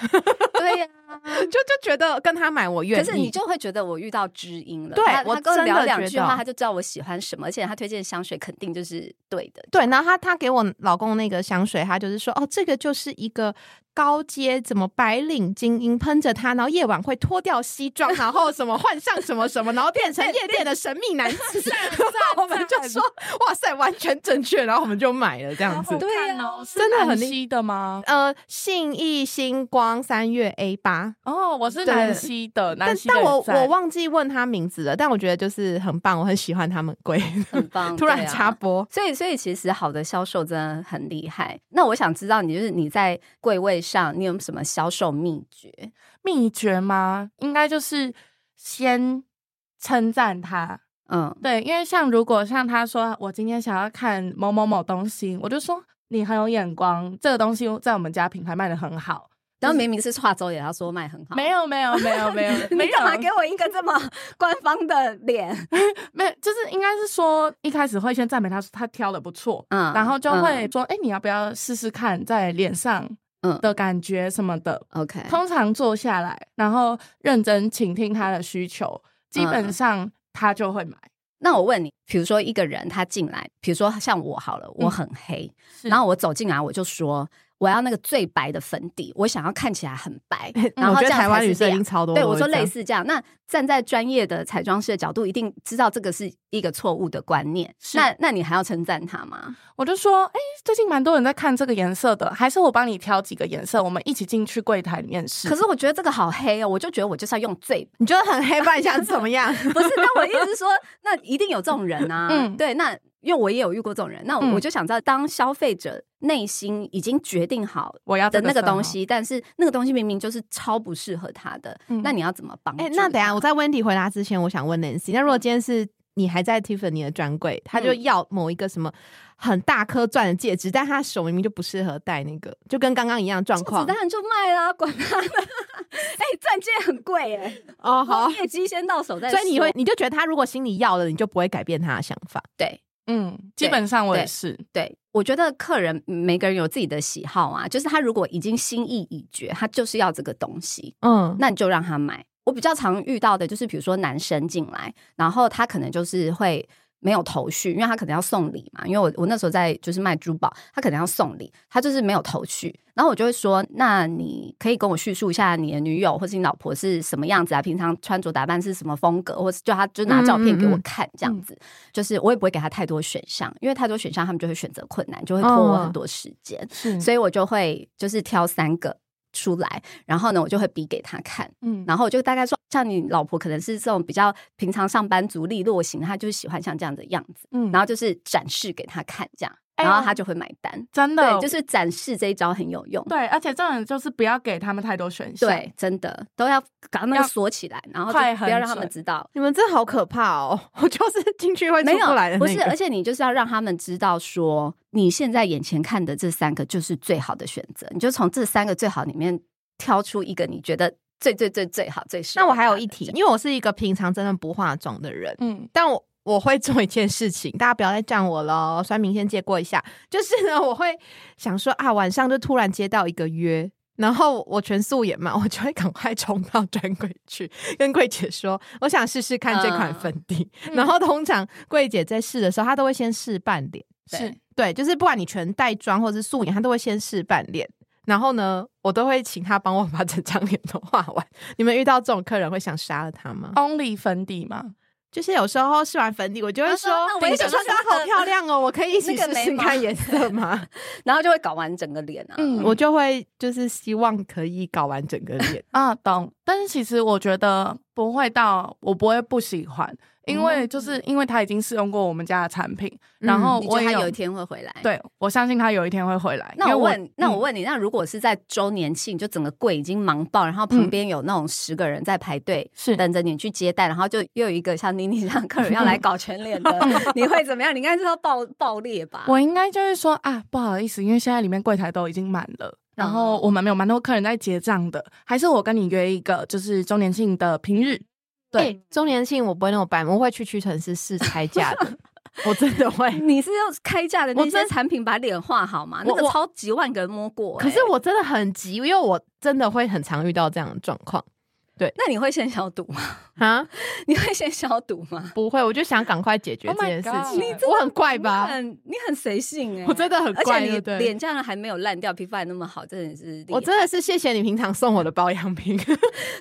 [SPEAKER 1] 对呀、
[SPEAKER 3] 就就觉得跟他买我愿
[SPEAKER 1] 可
[SPEAKER 3] 意。
[SPEAKER 1] 是你就会觉得我遇到知音了，
[SPEAKER 3] 对
[SPEAKER 1] 他
[SPEAKER 3] 我
[SPEAKER 1] 他跟
[SPEAKER 3] 真的
[SPEAKER 1] 聊两
[SPEAKER 3] 觉
[SPEAKER 1] 句话，
[SPEAKER 3] 得
[SPEAKER 1] 他就知道我喜欢什么，而且他推荐的香水肯定就是对的。
[SPEAKER 3] 对，然后他他给我老公那个香水，他就是说哦，这个就是一个高阶怎么白领精英喷着它，然后夜晚会脱掉西装，然后什么换上什么什么，然后 变成夜店的神秘男子。 然后我们就说哇塞，完全正确，然后我们就买了这样子。
[SPEAKER 1] 对啊
[SPEAKER 2] 看哦，是
[SPEAKER 3] 真的很
[SPEAKER 2] 南
[SPEAKER 3] 厉
[SPEAKER 2] 西的吗？
[SPEAKER 3] 呃，信义星光三月 A 八，
[SPEAKER 2] 哦，我是
[SPEAKER 3] 对
[SPEAKER 2] 南西的，南
[SPEAKER 3] 但
[SPEAKER 2] 西的
[SPEAKER 3] 但我
[SPEAKER 2] 也在
[SPEAKER 3] 我忘记问他名字了，但我觉得就是很棒，我很喜欢他们贵。
[SPEAKER 1] 很棒，
[SPEAKER 3] 突
[SPEAKER 1] 对啊
[SPEAKER 3] 然插播，，
[SPEAKER 1] 所以，所以其实好的销售真的很厉害。那我想知道，你就是你在柜位上，你有什么销售秘诀？
[SPEAKER 2] 秘诀吗？应该就是先称赞他，
[SPEAKER 1] 嗯，
[SPEAKER 2] 对，因为像如果像他说我今天想要看某某某东西，我就说你很有眼光，这个东西在我们家品牌卖的很好。
[SPEAKER 1] 然后明明是跨州，也要说卖很好，，
[SPEAKER 2] 没有没有没有哦没有
[SPEAKER 1] 你
[SPEAKER 2] 没有
[SPEAKER 1] 干嘛给我一个这么官方的脸？
[SPEAKER 2] 没有，就是应该是说一开始会先赞美他，说他挑的不错，
[SPEAKER 1] 嗯
[SPEAKER 2] 然后就会说，哎、你要不要试试看在脸上
[SPEAKER 1] 嗯
[SPEAKER 2] 的感觉什么的。
[SPEAKER 1] OK，
[SPEAKER 2] 通常坐下来，然后认真倾听他的需求，
[SPEAKER 1] 嗯
[SPEAKER 2] 基本上他就会买。
[SPEAKER 1] 那我问你，比如说一个人他进来，比如说像我好了，我很黑，
[SPEAKER 2] 嗯是
[SPEAKER 1] 然后我走进来我就说，我要那个最白的粉底，我想要看起来很 白然后
[SPEAKER 3] 我
[SPEAKER 1] 这
[SPEAKER 3] 觉得
[SPEAKER 1] 样
[SPEAKER 3] 台湾
[SPEAKER 1] 才
[SPEAKER 3] 女
[SPEAKER 1] 是
[SPEAKER 3] 生已
[SPEAKER 1] 亮
[SPEAKER 3] 经超多都
[SPEAKER 1] 对，
[SPEAKER 3] 会这样，
[SPEAKER 1] 我说类似这样。那站在专业的彩妆师的角度，一定知道这个是一个错误的观念。
[SPEAKER 2] 是
[SPEAKER 1] 那那你还要称赞他吗？
[SPEAKER 2] 我就说，哎、最近蛮多人在看这个颜色的，还是我帮你挑几个颜色，我们一起进去柜台里面试。
[SPEAKER 1] 可是我觉得这个好黑哦，我就觉得我就是要用最
[SPEAKER 3] 你觉得很黑白，想怎么 样？
[SPEAKER 1] 不是。但我的意思是说，那一定有这种人啊。
[SPEAKER 2] 嗯
[SPEAKER 1] 对，那因为我也有遇过这种人，那
[SPEAKER 2] 嗯
[SPEAKER 1] 我就想知道，当消费者内心已经决定好。
[SPEAKER 2] 我要这
[SPEAKER 1] 的那个
[SPEAKER 2] 色号
[SPEAKER 1] 东，西，但是那个东西明明就是超不适合他的，
[SPEAKER 2] 嗯
[SPEAKER 1] 那你要怎么帮助他？
[SPEAKER 3] 哎、那等一下我在 Wendy 回答之前，我想问 Nancy，那如果今天是你还在 Tiffany 的专柜，他就
[SPEAKER 1] 嗯
[SPEAKER 3] 要某一个什么很大颗钻的戒指，但他手明明就不适合戴那个，就跟刚刚一样状况
[SPEAKER 1] 子。弹就卖啦，管他的。 哎、钻戒很贵哎、
[SPEAKER 3] 哦，好，
[SPEAKER 1] 业绩先到手再说。
[SPEAKER 3] 所以你会你就觉得他如果心里要了，你就不会改变他的想法。
[SPEAKER 1] 对
[SPEAKER 2] 嗯，基本上我也是，
[SPEAKER 1] 对，我觉得客人每个人有自己的喜好啊，就是他如果已经心意已决，他就是要这个东西，
[SPEAKER 3] 嗯，
[SPEAKER 1] 那你就让他买。我比较常遇到的就是，比如说男生进来，然后他可能就是会。没有头绪，因为他可能要送礼嘛。因为我我那时候在就是卖珠宝，他可能要送礼，他就是没有头绪。然后我就会说，那你可以跟我叙述一下你的女友或是你老婆是什么样子啊？平常穿着打扮是什么风格，或是就他就拿照片给我
[SPEAKER 3] 嗯嗯嗯
[SPEAKER 1] 看这样子。就是我也不会给他太多选项，因为太多选项他们就会选择困难，就会拖我很多时间，
[SPEAKER 2] 是
[SPEAKER 1] 所
[SPEAKER 2] 以
[SPEAKER 1] 以我就会就是挑三个出来，然后呢我就会比给他看，
[SPEAKER 2] 嗯
[SPEAKER 1] 然后我就大概说，像你老婆可能是这种比较平常上班族利落型，她就是喜欢像这样的样子，
[SPEAKER 2] 嗯
[SPEAKER 1] 然后就是展示给他看这样，
[SPEAKER 2] 哎呦
[SPEAKER 1] 然后他就会买单。
[SPEAKER 2] 真的
[SPEAKER 1] 对，就是展示这一招很有用。
[SPEAKER 2] 对，而且这种就是不要给他们太多选项，
[SPEAKER 1] 对，真的都要把那
[SPEAKER 2] 要
[SPEAKER 1] 个锁起来，然后就
[SPEAKER 2] 快
[SPEAKER 1] 不要
[SPEAKER 2] 很
[SPEAKER 1] 让他们
[SPEAKER 2] 准
[SPEAKER 1] 知道。
[SPEAKER 3] 你们真好可怕哦！ 我就是进去会出
[SPEAKER 1] 没有
[SPEAKER 3] 不来的、那
[SPEAKER 1] 不是，
[SPEAKER 3] 个
[SPEAKER 1] 而且你就是要让他们知道说，你现在眼前看的这三个就是最好的选择，你就从这三个最好里面挑出一个你觉得最最最最好最适合他的。
[SPEAKER 3] 那我还有一题
[SPEAKER 1] 这，样，
[SPEAKER 3] 因为我是一个平常真的不化妆的人，
[SPEAKER 2] 嗯，
[SPEAKER 3] 但我 我会做一件事情，大家不要再站我了，酸民先借过一下。就是呢，我会想说啊，晚上就突然接到一个约，然后我全素颜嘛，我就会赶快冲到专柜去，跟柜姐说，我想试试看这款粉底。
[SPEAKER 2] 嗯
[SPEAKER 3] 然后通常柜姐在试的时候，她都会先试半脸，
[SPEAKER 2] 是
[SPEAKER 3] 对，就是不管你全带妆或是素颜，她都会先试半脸。然后呢，我都会请她帮我把整张脸都画完。你们遇到这种客人会想杀了他吗？
[SPEAKER 2] only 粉底嘛，
[SPEAKER 3] 就是有时候试完粉底，我就会
[SPEAKER 1] 他
[SPEAKER 3] 说
[SPEAKER 1] 说那：“我也
[SPEAKER 3] 想
[SPEAKER 1] 想
[SPEAKER 3] 说
[SPEAKER 1] 试
[SPEAKER 3] 她
[SPEAKER 1] 那个
[SPEAKER 3] 好漂亮哦，我可以一起
[SPEAKER 1] 那
[SPEAKER 3] 试
[SPEAKER 1] 个
[SPEAKER 3] 试
[SPEAKER 1] 眉毛
[SPEAKER 3] 看颜色吗
[SPEAKER 1] 然后就会搞完整个脸啊。
[SPEAKER 2] 嗯？”
[SPEAKER 3] 我就会就是希望可以搞完整个脸。
[SPEAKER 2] 啊，懂。但是其实我觉得不会到，我不会不喜欢，因为就是因为他已经试用过我们家的产品，然后
[SPEAKER 1] 嗯你觉
[SPEAKER 2] 我
[SPEAKER 1] 得
[SPEAKER 2] 也
[SPEAKER 1] 他有
[SPEAKER 2] 有
[SPEAKER 1] 一，天会回来？。
[SPEAKER 2] 对我相信他有一天会回来。因
[SPEAKER 1] 那
[SPEAKER 2] 为
[SPEAKER 1] 我问，那我
[SPEAKER 2] 嗯
[SPEAKER 1] 问你，那如果是在周年庆，就整个柜已经忙爆，然后
[SPEAKER 3] 嗯
[SPEAKER 1] 旁边有那种十个人在排队，
[SPEAKER 2] 是
[SPEAKER 1] 等着你去接待，然后就又有一个像妮妮这样的客人要来搞全脸 的，你会怎么样？你应该是要爆爆裂吧？
[SPEAKER 2] 我应该就是说啊，不好意思，因为现在里面柜台都已经满了。然
[SPEAKER 1] 哦
[SPEAKER 2] 后我们没有蛮多客人在结账的，还是我跟你约一个，就是周年庆的平日，对
[SPEAKER 3] 欸，周年庆我不会那么办，我会去屈臣氏试拆价的，我真的会。
[SPEAKER 1] 你是用开价的那
[SPEAKER 3] 我
[SPEAKER 1] 些
[SPEAKER 3] 真
[SPEAKER 1] 产品把脸画好吗？
[SPEAKER 3] 我
[SPEAKER 1] 那个
[SPEAKER 3] 我
[SPEAKER 1] 超几万个人摸过、
[SPEAKER 3] 可
[SPEAKER 1] 欸
[SPEAKER 3] 是我真的很急，因为我真的会很常遇到这样的状况
[SPEAKER 1] 那你会先消毒吗？
[SPEAKER 3] 啊，
[SPEAKER 1] 你会先消毒吗？
[SPEAKER 3] 不会，我就想赶快解决
[SPEAKER 2] Oh
[SPEAKER 3] 这
[SPEAKER 2] my
[SPEAKER 3] 件事
[SPEAKER 2] God
[SPEAKER 3] 情
[SPEAKER 2] 你。
[SPEAKER 3] 我很怪
[SPEAKER 1] 你
[SPEAKER 3] 吧？
[SPEAKER 1] 很你很随性哎、
[SPEAKER 3] 我真的很
[SPEAKER 1] 而
[SPEAKER 3] 怪
[SPEAKER 1] 且你
[SPEAKER 3] 对不对
[SPEAKER 1] 脸这样还没有烂掉，皮肤还那么好，真的是厉害
[SPEAKER 3] 我真的是谢谢你平常送我的保养品。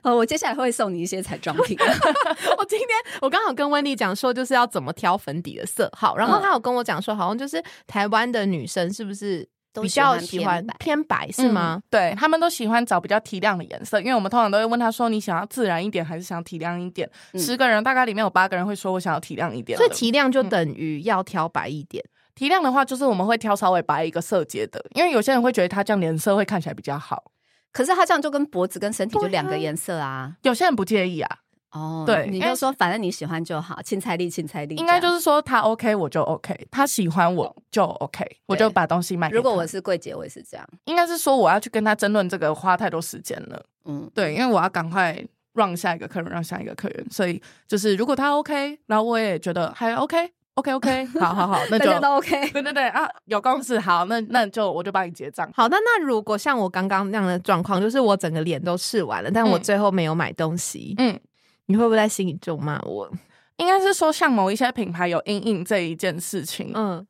[SPEAKER 1] 呃，我接下来会送你一些彩妆品。啊
[SPEAKER 3] 啊 我今天我刚好跟温妮讲说，就是要怎么挑粉底的色号，然后她有跟我讲说，好像就是台湾的女生是不是比较喜欢
[SPEAKER 1] 都
[SPEAKER 3] 偏白是
[SPEAKER 2] 嗯？？
[SPEAKER 3] 吗
[SPEAKER 2] 对他们都喜欢找比较提亮的颜色，因为我们通常都会问他说：“你想要自然一点还是想提亮一点？”
[SPEAKER 1] 嗯
[SPEAKER 2] 十、个人大概里面有八个人会说：“我想要提亮一点的。
[SPEAKER 3] 所以提亮就等于要挑白一点，
[SPEAKER 2] 提亮的话，就是我们会挑稍微白一个色阶的，因为有些人会觉得它这样脸色会看起来比较好，
[SPEAKER 1] 可是它这样就跟脖子跟身体
[SPEAKER 3] 对
[SPEAKER 1] 就
[SPEAKER 3] 啊
[SPEAKER 1] 两个颜色啊。
[SPEAKER 2] 有些人不介意啊。
[SPEAKER 1] 哦，
[SPEAKER 2] 对
[SPEAKER 1] 你
[SPEAKER 2] 因为
[SPEAKER 1] 就说反正你喜欢就好，青菜粒青菜粒这
[SPEAKER 2] 应
[SPEAKER 1] 样。
[SPEAKER 2] 该就是说他 OK 我就 OK，他喜欢我就 OK，我就把东西卖给他。
[SPEAKER 1] 如果我是柜姐，我也是这样。
[SPEAKER 2] 应该是说我要去跟他争论这个花太多时间了，
[SPEAKER 1] 嗯，
[SPEAKER 2] 对，因为我要赶快让下一个客人，让下一个客人，所以就是如果他 OK，然后我也觉得还 OK，OK OK，好好好，那
[SPEAKER 1] 大
[SPEAKER 2] 就
[SPEAKER 1] 家都 OK。
[SPEAKER 2] 对对对啊，有共识，好，那那就我就帮你结账。
[SPEAKER 3] 好，那那如果像我刚刚那样的状况，就是我整个脸都试完了，但我
[SPEAKER 2] 嗯
[SPEAKER 3] 最后没有买东西，
[SPEAKER 2] 嗯，
[SPEAKER 3] 你会不会在心里咒骂我？
[SPEAKER 2] 应该是说像某一些品牌有阴影这一件事情，
[SPEAKER 3] 嗯，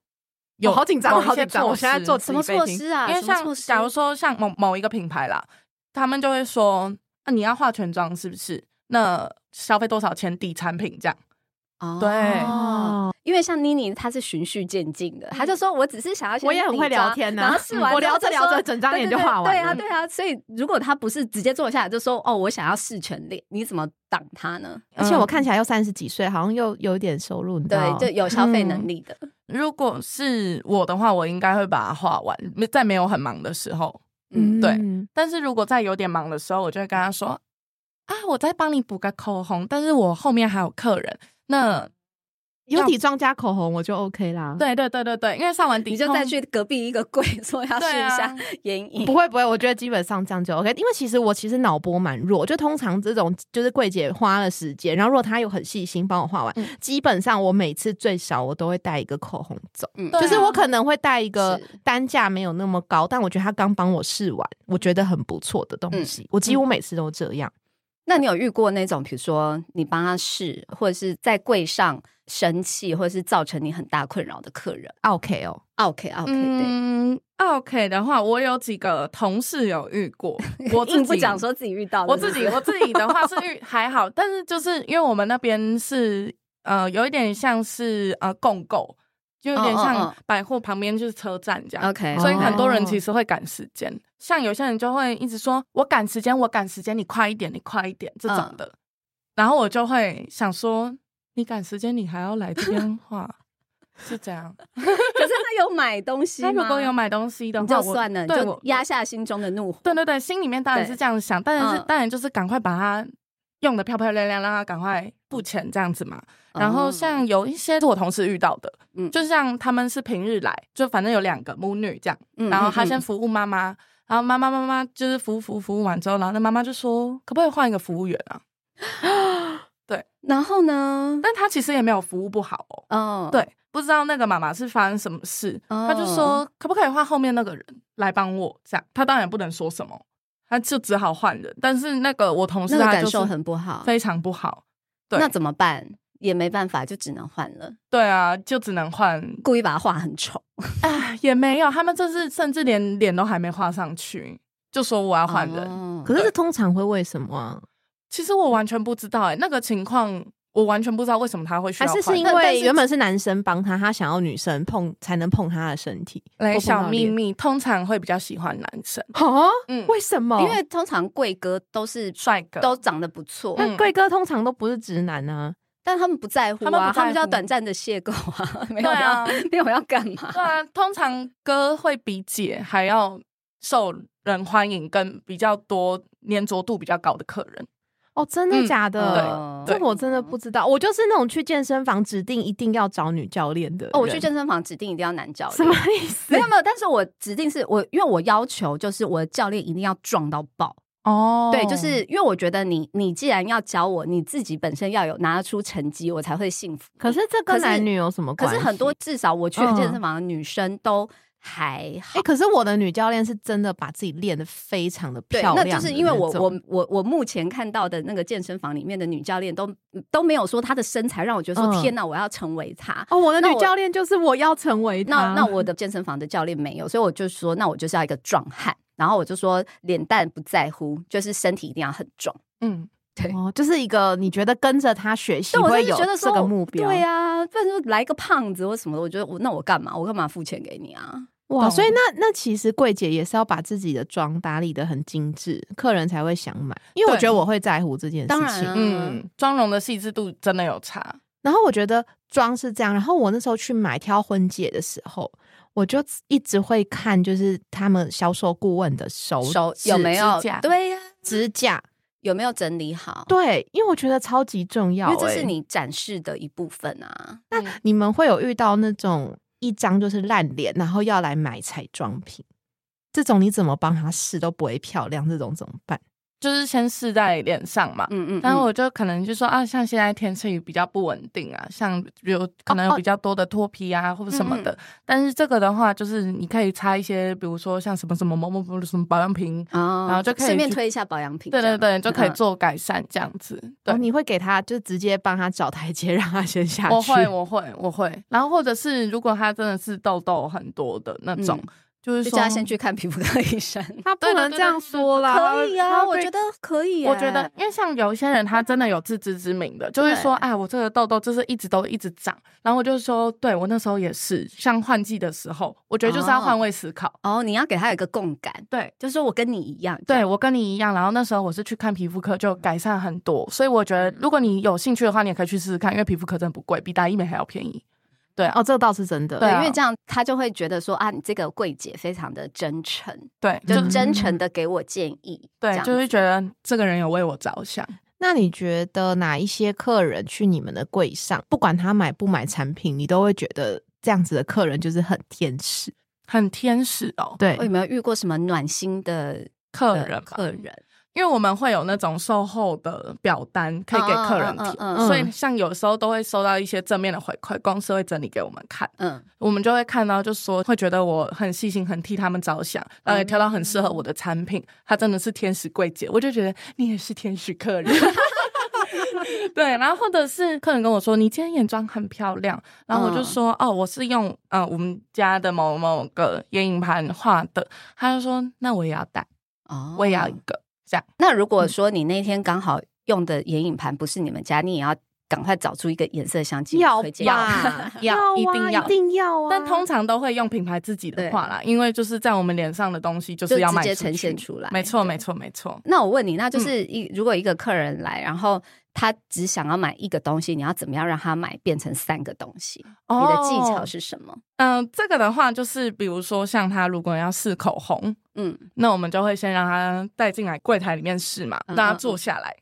[SPEAKER 2] 有
[SPEAKER 3] 我好紧张，我
[SPEAKER 2] 某一些
[SPEAKER 3] 好紧张，
[SPEAKER 2] 措
[SPEAKER 3] 我现在
[SPEAKER 2] 施
[SPEAKER 3] 做
[SPEAKER 1] 什么措施啊？
[SPEAKER 2] 因为
[SPEAKER 1] 什么
[SPEAKER 2] 像
[SPEAKER 1] 措施
[SPEAKER 2] 假如说像某某一个品牌啦，他们就会说，啊、你要化全妆是不是？那消费多少钱抵产品这样？
[SPEAKER 1] 哦
[SPEAKER 2] 对
[SPEAKER 3] 哦，
[SPEAKER 1] 因为像妮妮，她是循序渐进的，她就说我只是想要先
[SPEAKER 3] 嗯我也很会
[SPEAKER 1] 底妆
[SPEAKER 3] 聊天呐
[SPEAKER 1] 然后试完
[SPEAKER 3] 我
[SPEAKER 1] 之后
[SPEAKER 3] 聊着
[SPEAKER 1] 就说
[SPEAKER 3] 聊着整张脸就画完
[SPEAKER 1] 对对对
[SPEAKER 3] 了
[SPEAKER 1] 对啊，对啊，所以如果她不是直接坐下来就说哦，我想要试全脸，你怎么挡她呢？
[SPEAKER 3] 而且我看起来又三十几岁，好像又有一点收入，你知道
[SPEAKER 1] 对
[SPEAKER 3] 吗，
[SPEAKER 1] 就有消
[SPEAKER 3] 嗯
[SPEAKER 1] 费能力的，
[SPEAKER 2] 如果是我的话，我应该会把它画完，在没有很忙的时候。
[SPEAKER 1] 嗯，
[SPEAKER 2] 对但是如果在有点忙的时候，我就会跟他说：“啊，我再帮你补个口红，但是我后面还有客人。那”
[SPEAKER 1] 嗯
[SPEAKER 3] 有底妆加口红我就 OK 啦。
[SPEAKER 2] 对对对对对，因为上完底
[SPEAKER 1] 你就
[SPEAKER 2] 痛
[SPEAKER 1] 再去隔壁一个柜说要试
[SPEAKER 2] 对
[SPEAKER 1] 一下
[SPEAKER 2] 啊
[SPEAKER 1] 眼影
[SPEAKER 3] 哦不。会不会，我觉得基本上这样就 OK。因为其实我其实脑波蛮弱，就通常这种就是柜姐花了时间，然后如果她有很细心帮我画完，
[SPEAKER 2] 嗯
[SPEAKER 3] 基本上我每次最少我都会带一个口红走，
[SPEAKER 1] 嗯
[SPEAKER 2] 对啊
[SPEAKER 3] 就是我可能会带一个
[SPEAKER 1] 是
[SPEAKER 3] 单价没有那么高，但我觉得她刚帮我试完，我觉得很不错的东西。我几乎每次都这样。
[SPEAKER 1] 那你有遇过那种，比如说你帮她试，或者是在柜上生气，或者是造成你很大困扰的客人
[SPEAKER 3] OK 哦，
[SPEAKER 1] ？OK OK，对，
[SPEAKER 2] 嗯，OK 的话，我有几个同事有遇 过，我自己
[SPEAKER 1] 硬不讲说自己遇到的，
[SPEAKER 2] 我自己
[SPEAKER 1] 是不
[SPEAKER 2] 我
[SPEAKER 1] 是
[SPEAKER 2] 自己的话是遇 还好，但是就是因为我们那边是呃有一点像是呃共购，就有点
[SPEAKER 1] 嗯嗯嗯
[SPEAKER 2] 像百货旁边就是车站这样。
[SPEAKER 1] OK，
[SPEAKER 2] 所以很多人
[SPEAKER 3] 哦
[SPEAKER 2] 其实会赶时间，像有些人就会一直说“我赶时间，我赶时间，你快一点，你快一点”这
[SPEAKER 1] 嗯
[SPEAKER 2] 种的，然后我就会想说：“你赶时间，你还要来这边画，是这样？”
[SPEAKER 1] 可 是他有买东西吗，
[SPEAKER 2] 他如果有买东西的
[SPEAKER 1] 你
[SPEAKER 2] 话，
[SPEAKER 1] 就
[SPEAKER 2] 我
[SPEAKER 1] 算了，你
[SPEAKER 2] 对
[SPEAKER 1] 就
[SPEAKER 2] 我
[SPEAKER 1] 压下心中的怒火。
[SPEAKER 2] 对对对，心里面当然是这样想，但是、
[SPEAKER 1] 嗯
[SPEAKER 2] 当然就是赶快把它用的漂漂亮亮，让它赶快付钱这样子嘛。然后
[SPEAKER 1] 哦
[SPEAKER 2] 像有一些是我同事遇到的，
[SPEAKER 1] 嗯
[SPEAKER 2] 就像他们是平日来，就反正有两个母女这样，
[SPEAKER 1] 嗯，
[SPEAKER 2] 然后她先
[SPEAKER 1] 嗯
[SPEAKER 2] 服务妈妈，然后妈妈妈妈就是服务服务服务完之后，然后那妈妈就说可不可以换一个服务员啊？
[SPEAKER 1] 然后呢？
[SPEAKER 2] 但她其实也没有服务不好哦，
[SPEAKER 1] 嗯，
[SPEAKER 2] 对，不知道那个妈妈是发生什么事，
[SPEAKER 1] 哦
[SPEAKER 2] 她就说可不可以换后面那个人来帮我？这样，她当然不能说什么，她就只好换人。但是那个我同事
[SPEAKER 1] 那个
[SPEAKER 2] 她
[SPEAKER 1] 感
[SPEAKER 2] 就是
[SPEAKER 1] 受很不好，
[SPEAKER 2] 非常不好，对
[SPEAKER 1] 那怎么办？也没办法，就只能换了，
[SPEAKER 2] 对啊，就只能换。
[SPEAKER 1] 故意把它画很丑。
[SPEAKER 2] 哎， 也没有，他们这次甚至连脸都还没画上去，就说我要换人。
[SPEAKER 1] 哦
[SPEAKER 3] 可是这通常会为什么啊？
[SPEAKER 2] 其实我完全不知道、哎，那个情况我完全不知道为什么他会需
[SPEAKER 3] 还
[SPEAKER 2] 要
[SPEAKER 3] 是
[SPEAKER 2] 换。
[SPEAKER 3] 是因
[SPEAKER 1] 但但
[SPEAKER 3] 为
[SPEAKER 1] 是
[SPEAKER 3] 原本是男生帮他，他想要女生碰才能碰他的身体？
[SPEAKER 2] 来
[SPEAKER 3] 或碰
[SPEAKER 2] 小
[SPEAKER 3] 到
[SPEAKER 2] 秘
[SPEAKER 3] 脸？
[SPEAKER 2] 密，通常会比较喜欢男生，
[SPEAKER 3] 哦，
[SPEAKER 2] 嗯，
[SPEAKER 3] 为什么？
[SPEAKER 1] 因为通常贵哥都是
[SPEAKER 2] 帅哥
[SPEAKER 1] 都长得不错，
[SPEAKER 2] 嗯
[SPEAKER 3] 那贵哥通常都不是直男啊，
[SPEAKER 1] 但他们不在乎
[SPEAKER 2] 他们不在
[SPEAKER 1] 啊，
[SPEAKER 2] 乎
[SPEAKER 1] 他们就要短暂的邂逅啊， 没有
[SPEAKER 2] 对
[SPEAKER 1] 要
[SPEAKER 2] 啊
[SPEAKER 1] 没有要干嘛？
[SPEAKER 2] 对啊，通常哥会比姐还要受人欢迎，跟比较多粘着度比较高的客人。
[SPEAKER 3] 哦，真的
[SPEAKER 2] 嗯
[SPEAKER 3] 假的？
[SPEAKER 1] 哦
[SPEAKER 3] 这我真的不知道，我就是那种去健身房指定一定要找女教练的人。
[SPEAKER 1] 哦，我去健身房指定一定要男教练，
[SPEAKER 3] 什么意思
[SPEAKER 1] 没？有没有，但是我指定是我，因为我要求就是我的教练一定要壮到爆。
[SPEAKER 2] 哦
[SPEAKER 1] 对，就是因为我觉得你你既然要教我，你自己本身要有拿得出成绩，我才会幸福。
[SPEAKER 3] 可是这
[SPEAKER 1] 可
[SPEAKER 3] 跟
[SPEAKER 1] 是
[SPEAKER 3] 男女有什么
[SPEAKER 1] 可
[SPEAKER 3] 关系？
[SPEAKER 1] 是很多，至少我去的健身房的女生都还好。
[SPEAKER 3] 哎，可是我的女教练是真的把自己练得非常的
[SPEAKER 1] 对，
[SPEAKER 3] 漂
[SPEAKER 1] 那
[SPEAKER 3] 亮的
[SPEAKER 1] 就
[SPEAKER 3] 种，
[SPEAKER 1] 是因为我我我我目前看到的那个健身房里面的女教练都都没有说她的身材让我觉得说、
[SPEAKER 3] 嗯
[SPEAKER 1] 天哪，我要成为她。
[SPEAKER 3] 哦，我的
[SPEAKER 1] 那
[SPEAKER 3] 女
[SPEAKER 1] 我
[SPEAKER 3] 教练就是我要成为
[SPEAKER 1] 那
[SPEAKER 3] 她
[SPEAKER 1] 那我的健身房的教练没有，所以我就说，那我就是要一个壮汉。然后我就说，脸蛋不在乎，就是身体一定要很壮。
[SPEAKER 2] 嗯，
[SPEAKER 3] 哦，就是一个你觉得跟着她学习
[SPEAKER 1] 但我
[SPEAKER 3] 会
[SPEAKER 1] 真
[SPEAKER 3] 有
[SPEAKER 1] 的觉得说
[SPEAKER 3] 这个目标，
[SPEAKER 1] 对啊，不然就来个胖子或什么的，我觉得我那我干嘛？我干嘛付钱给你啊？
[SPEAKER 3] 哇，
[SPEAKER 2] 懂
[SPEAKER 3] 所以那那其实柜姐也是要把自己的妆打理的很精致，客人才会想买。因为我
[SPEAKER 2] 对
[SPEAKER 3] 觉得我会在乎这件事情。
[SPEAKER 1] 当然啊
[SPEAKER 2] 嗯，妆容的细致度真的有差。
[SPEAKER 3] 然后我觉得妆是这样，然后我那时候去买挑婚戒的时候，我就一直会看就是他们销售顾问的手
[SPEAKER 1] 手
[SPEAKER 3] 哦指
[SPEAKER 1] 有没有哦
[SPEAKER 2] 指甲？
[SPEAKER 1] 对呀、
[SPEAKER 3] 指甲，
[SPEAKER 1] 有没有整理好？
[SPEAKER 3] 对，因为我觉得超级重要、
[SPEAKER 2] 啊
[SPEAKER 1] 因为这是
[SPEAKER 3] 欸
[SPEAKER 1] 你展示的一部分啊。
[SPEAKER 2] 那
[SPEAKER 3] 你们会有遇到那种一张就是烂脸，然后要来买彩妆品，这种你怎么帮他试都不会漂亮，这种怎么办？
[SPEAKER 2] 就是先试在脸上嘛。
[SPEAKER 1] 嗯嗯，
[SPEAKER 2] 然后
[SPEAKER 1] 嗯
[SPEAKER 2] 我就可能就说啊，像现在天气比较不稳定啊，像比如可能有
[SPEAKER 3] 哦
[SPEAKER 2] 比较多的脱皮啊，或者什么的。
[SPEAKER 1] 嗯
[SPEAKER 2] 但是这个的话，就是你可以擦一些，比如说像什么什么某某某什么保养品，
[SPEAKER 1] 哦
[SPEAKER 2] 嗯然后就可以
[SPEAKER 1] 顺便
[SPEAKER 2] 去
[SPEAKER 1] 推一下保养品这
[SPEAKER 2] 对对
[SPEAKER 1] 样，
[SPEAKER 2] 对，就可以
[SPEAKER 1] 嗯
[SPEAKER 2] 做改善这样子。对
[SPEAKER 3] 哦，，你会给他就直接帮他找台阶，让他先下去。
[SPEAKER 2] 我会，我会，我会。然后或者是如果他真的是痘痘很多的那种，
[SPEAKER 1] 嗯
[SPEAKER 2] 就是
[SPEAKER 1] 就
[SPEAKER 2] 说
[SPEAKER 1] 叫他先去看皮肤科医 生。
[SPEAKER 3] 他不
[SPEAKER 2] 对对
[SPEAKER 3] 能
[SPEAKER 2] 对
[SPEAKER 3] 这样
[SPEAKER 2] 对对
[SPEAKER 3] 说啦。
[SPEAKER 1] 可以啊，
[SPEAKER 2] 他会
[SPEAKER 1] 我觉得可以耶。
[SPEAKER 2] 我觉得，因为像有一些人，他真的有自知之明的，就是说，哎，我这个痘痘就是一直都一直长。然后我就说，对我那时候也是，像换季的时候，我觉得就是要换位思考。
[SPEAKER 1] 哦，你要给他有一个共感，
[SPEAKER 2] 对，
[SPEAKER 1] 就是我跟你一样。啊这
[SPEAKER 2] 对
[SPEAKER 1] 样，
[SPEAKER 2] 我跟你一样。然后那时候我是去看皮肤科，就改善很多。所以我觉得，
[SPEAKER 1] 嗯
[SPEAKER 2] 如果你有兴趣的话，你也可以去试试看，因为皮肤科真的不贵，比打医美还要便宜。
[SPEAKER 3] 哦，这倒是真的。
[SPEAKER 2] 对啊
[SPEAKER 1] 因为这样他就会觉得说啊，你这个柜姐非常的真诚，
[SPEAKER 2] 对，就
[SPEAKER 1] 就
[SPEAKER 3] 嗯
[SPEAKER 1] 真诚的给我建议。这
[SPEAKER 2] 对，
[SPEAKER 1] 样
[SPEAKER 2] 就
[SPEAKER 1] 子
[SPEAKER 2] 是觉得这个人有为我着想。
[SPEAKER 3] 那你觉得哪一些客人去你们的柜上，不管他买不买产品，你都会觉得这样子的客人就是很天使？
[SPEAKER 2] 很天使哦，
[SPEAKER 3] 对
[SPEAKER 1] 我有没有遇过什么暖心的
[SPEAKER 2] 客
[SPEAKER 1] 呃
[SPEAKER 2] 人吧
[SPEAKER 1] 客人
[SPEAKER 2] 因为我们会有那种售后的表单可以给客人
[SPEAKER 1] 嗯
[SPEAKER 2] 填，
[SPEAKER 1] 嗯
[SPEAKER 3] 嗯
[SPEAKER 2] 所以像有时候都会收到一些正面的回馈，公司会整理给我们看，
[SPEAKER 1] 嗯
[SPEAKER 2] 我们就会看到，就说会觉得我很细心，很替他们着想，然后也挑到很适合我的产品，他真的是天使柜姐，我就觉得你也是天使客人。 对，然后或者是客人跟我说你今天眼妆很漂亮，然后我就说、哦，我是用呃我们家的某某个眼影盘画的，他就说那我也要带，
[SPEAKER 1] 哦
[SPEAKER 2] 我也要一嗯个。这样，，
[SPEAKER 1] 那如果说你那天刚好用的眼影盘不是你们家，你也要赶快找出一个颜色相近
[SPEAKER 3] 要
[SPEAKER 1] 推荐。
[SPEAKER 3] 吧要
[SPEAKER 2] 要
[SPEAKER 3] 啊
[SPEAKER 2] 一定要
[SPEAKER 3] 一定要啊！
[SPEAKER 2] 但通常都会用品牌自己的话啦，因为就是在我们脸上的东西就是要
[SPEAKER 1] 就直
[SPEAKER 2] 卖
[SPEAKER 1] 接
[SPEAKER 2] 出
[SPEAKER 1] 呈
[SPEAKER 2] 去
[SPEAKER 1] 现出来
[SPEAKER 2] 没错，嗯
[SPEAKER 1] 对
[SPEAKER 2] 没错，没错。
[SPEAKER 1] 那我问你，那就是一、如果一个客人来，然后他只想要买一个东西，你要怎么样让他买变成三个东西？你的技巧
[SPEAKER 2] 哦，
[SPEAKER 1] 是什么？
[SPEAKER 2] 嗯、这个的话就是，比如说像他如果要试口红，
[SPEAKER 1] 嗯，
[SPEAKER 2] 那我们就会先让他带进来柜台里面试嘛，
[SPEAKER 1] 嗯
[SPEAKER 2] 让他坐下来，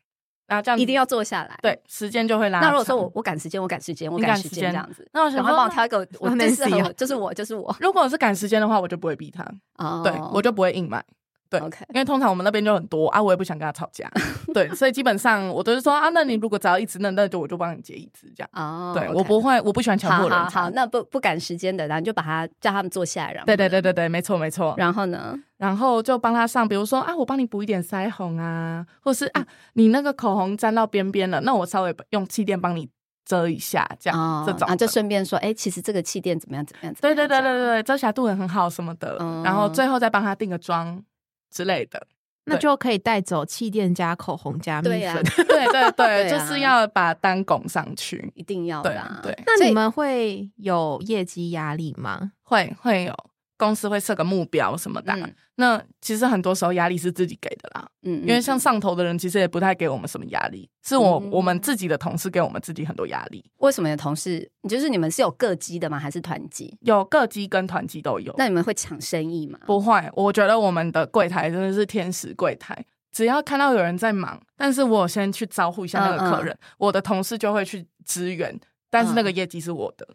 [SPEAKER 2] 然后这样
[SPEAKER 1] 一定要坐下来。，
[SPEAKER 2] 嗯对时间就会拉
[SPEAKER 1] 那
[SPEAKER 2] 长。
[SPEAKER 1] 如果说我我赶时间，我赶时间，我
[SPEAKER 2] 你
[SPEAKER 1] 赶
[SPEAKER 2] 赶
[SPEAKER 1] 时
[SPEAKER 2] 时
[SPEAKER 1] 间
[SPEAKER 2] 间
[SPEAKER 1] 这样子，
[SPEAKER 2] 那我
[SPEAKER 1] 赶
[SPEAKER 2] 想
[SPEAKER 1] 快
[SPEAKER 2] 说
[SPEAKER 1] 帮我挑一个我
[SPEAKER 3] 让
[SPEAKER 1] 最适
[SPEAKER 3] Nancy
[SPEAKER 1] 合我，
[SPEAKER 3] 哦
[SPEAKER 1] 就是我，就是我。
[SPEAKER 2] 如果是赶时间的话，我就不会逼他，
[SPEAKER 1] 哦，
[SPEAKER 2] 对我就不会硬买。对
[SPEAKER 1] OK
[SPEAKER 2] 因为通常我们那边就很多啊，我也不想跟他吵 架，对，所以基本上我都是说啊，那你如果只要一支，那那就我就帮你结一支这样。
[SPEAKER 1] 哦，
[SPEAKER 2] 对
[SPEAKER 1] OK
[SPEAKER 2] 我不会，我不喜欢强
[SPEAKER 1] 好
[SPEAKER 2] 迫人
[SPEAKER 1] 好
[SPEAKER 2] 家。
[SPEAKER 1] 好，那不不赶时间的，然后你就把他叫他们坐下来，然后
[SPEAKER 2] 对对对对对，没错没错。
[SPEAKER 1] 然后呢？
[SPEAKER 2] 然后就帮他上，比如说啊，我帮你补一点腮红啊，或是
[SPEAKER 1] 嗯
[SPEAKER 2] 啊，你那个口红沾到边边了，那我稍微用气垫帮你遮一下，这样、这种
[SPEAKER 1] 啊，就
[SPEAKER 2] 的
[SPEAKER 1] 顺便说，哎，其实这个气垫怎么样怎么样？怎么
[SPEAKER 2] 对
[SPEAKER 1] 样
[SPEAKER 2] 对对
[SPEAKER 1] 这
[SPEAKER 2] 对
[SPEAKER 1] 样
[SPEAKER 2] 对对，遮瑕度也很好什么的，
[SPEAKER 1] 嗯
[SPEAKER 2] 然后最后再帮他定个妆之类的。
[SPEAKER 3] 那就可以带走气垫加口红加蜜
[SPEAKER 1] 对呀
[SPEAKER 3] 粉。
[SPEAKER 2] 对对对，
[SPEAKER 1] 对啊
[SPEAKER 2] 就是要把单拱上去。
[SPEAKER 1] 一定要
[SPEAKER 2] 对
[SPEAKER 1] 的啊。
[SPEAKER 2] 对，
[SPEAKER 3] 那
[SPEAKER 1] 所
[SPEAKER 3] 你
[SPEAKER 1] 以
[SPEAKER 3] 们会有业绩压力吗？
[SPEAKER 2] 会会有公司会设个目标什么的啊。
[SPEAKER 1] 嗯
[SPEAKER 2] 那其实很多时候压力是自己给的啦，
[SPEAKER 1] 嗯，
[SPEAKER 2] 因为像上头的人其实也不太给我们什么压力，是我、
[SPEAKER 1] 嗯
[SPEAKER 2] 我们自己的同事给我们自己很多压力。
[SPEAKER 1] 为什么有同事，就是你们是有各机的吗？还是团机？
[SPEAKER 2] 有个机跟团机都有。
[SPEAKER 1] 那你们会抢生意吗？
[SPEAKER 2] 不会，我觉得我们的柜台真的是天使柜台。只要看到有人在忙，但是我有先去招呼一下那
[SPEAKER 1] 嗯
[SPEAKER 2] 个客人，我的同事就会去支援，但是那
[SPEAKER 1] 嗯
[SPEAKER 2] 个业绩是我的，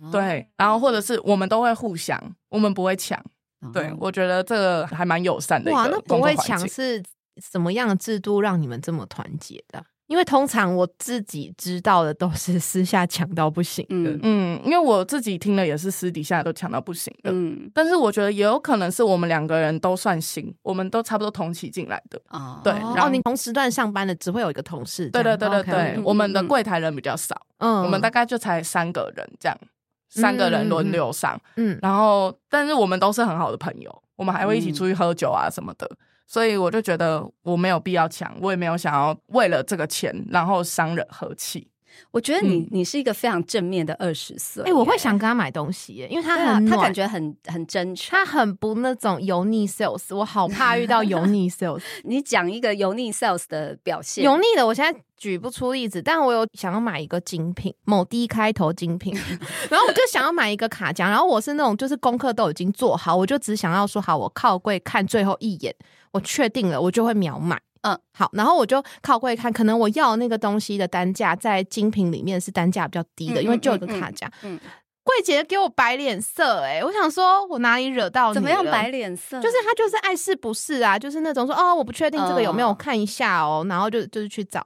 [SPEAKER 1] 哦
[SPEAKER 2] 对。然后或者是我们都会互相，我们不会抢。
[SPEAKER 1] 哦，
[SPEAKER 2] 对，我觉得这个还蛮友善的一
[SPEAKER 3] 哇，
[SPEAKER 2] 个
[SPEAKER 3] 那
[SPEAKER 2] 工
[SPEAKER 3] 不
[SPEAKER 2] 作
[SPEAKER 3] 会
[SPEAKER 2] 环
[SPEAKER 3] 强
[SPEAKER 2] 境。
[SPEAKER 3] 是什么样的制度让你们这么团结的？啊因为通常我自己知道的都是私下抢到不行的。
[SPEAKER 1] 嗯
[SPEAKER 2] 嗯，因为我自己听了也是私底下都抢到不行的。
[SPEAKER 1] 嗯
[SPEAKER 2] 但是我觉得也有可能是我们两个人都算新，我们都差不多同期进来的。
[SPEAKER 1] 哦
[SPEAKER 2] 对
[SPEAKER 3] 哦，
[SPEAKER 2] 然后
[SPEAKER 3] 你同时段上班的只会有一个同事这
[SPEAKER 2] 对
[SPEAKER 3] 样。
[SPEAKER 2] 对对对
[SPEAKER 3] OK
[SPEAKER 2] 对，
[SPEAKER 1] 嗯
[SPEAKER 2] 我们的
[SPEAKER 1] 嗯
[SPEAKER 2] 柜台人比较少，
[SPEAKER 3] 嗯
[SPEAKER 2] 我们大概就才三个人这样，三个人轮流上，
[SPEAKER 3] 嗯，
[SPEAKER 2] 然后但是我们都是很好的朋友，我们还会一起出去喝酒啊什么的，所以我就觉得我没有必要抢，我也没有想要为了这个钱然后伤人和气。
[SPEAKER 1] 我觉得你
[SPEAKER 2] 嗯
[SPEAKER 1] 你是一个非常正面的二十岁。
[SPEAKER 3] 哎、我会想跟他买东西耶，因为他
[SPEAKER 1] 对啊
[SPEAKER 3] 很暖、
[SPEAKER 1] 他感觉很很真诚。
[SPEAKER 3] 他很不那种油腻 sales，我好怕遇到油腻 sales。
[SPEAKER 1] 你讲一个油腻 sales 的表现，
[SPEAKER 3] 油腻的我现在举不出例子，但我有想要买一个精品，某 D 开头 精品，然后我就想要买一个卡夹，然后我是那种就是功课都已经做好，我就只想要说好，我靠柜看最后一眼，我确定了，我就会秒买。
[SPEAKER 1] 嗯
[SPEAKER 3] 嗯，好，然后我就靠柜看，可能我要那个东西的单价在精品里面是单价比较低的，
[SPEAKER 1] 嗯
[SPEAKER 3] 因为就有
[SPEAKER 1] 嗯
[SPEAKER 3] 一个
[SPEAKER 1] 嗯
[SPEAKER 3] 卡夹。
[SPEAKER 1] 嗯
[SPEAKER 3] 嗯，桂姐给我摆脸色、欸，哎，我想说我哪里惹到哦你？
[SPEAKER 1] 怎么样摆？脸色？
[SPEAKER 3] 就是他就是爱是不是啊？就是那种说哦，我不确定这个有没有
[SPEAKER 1] 嗯
[SPEAKER 3] 看一下哦，然后就就是去找。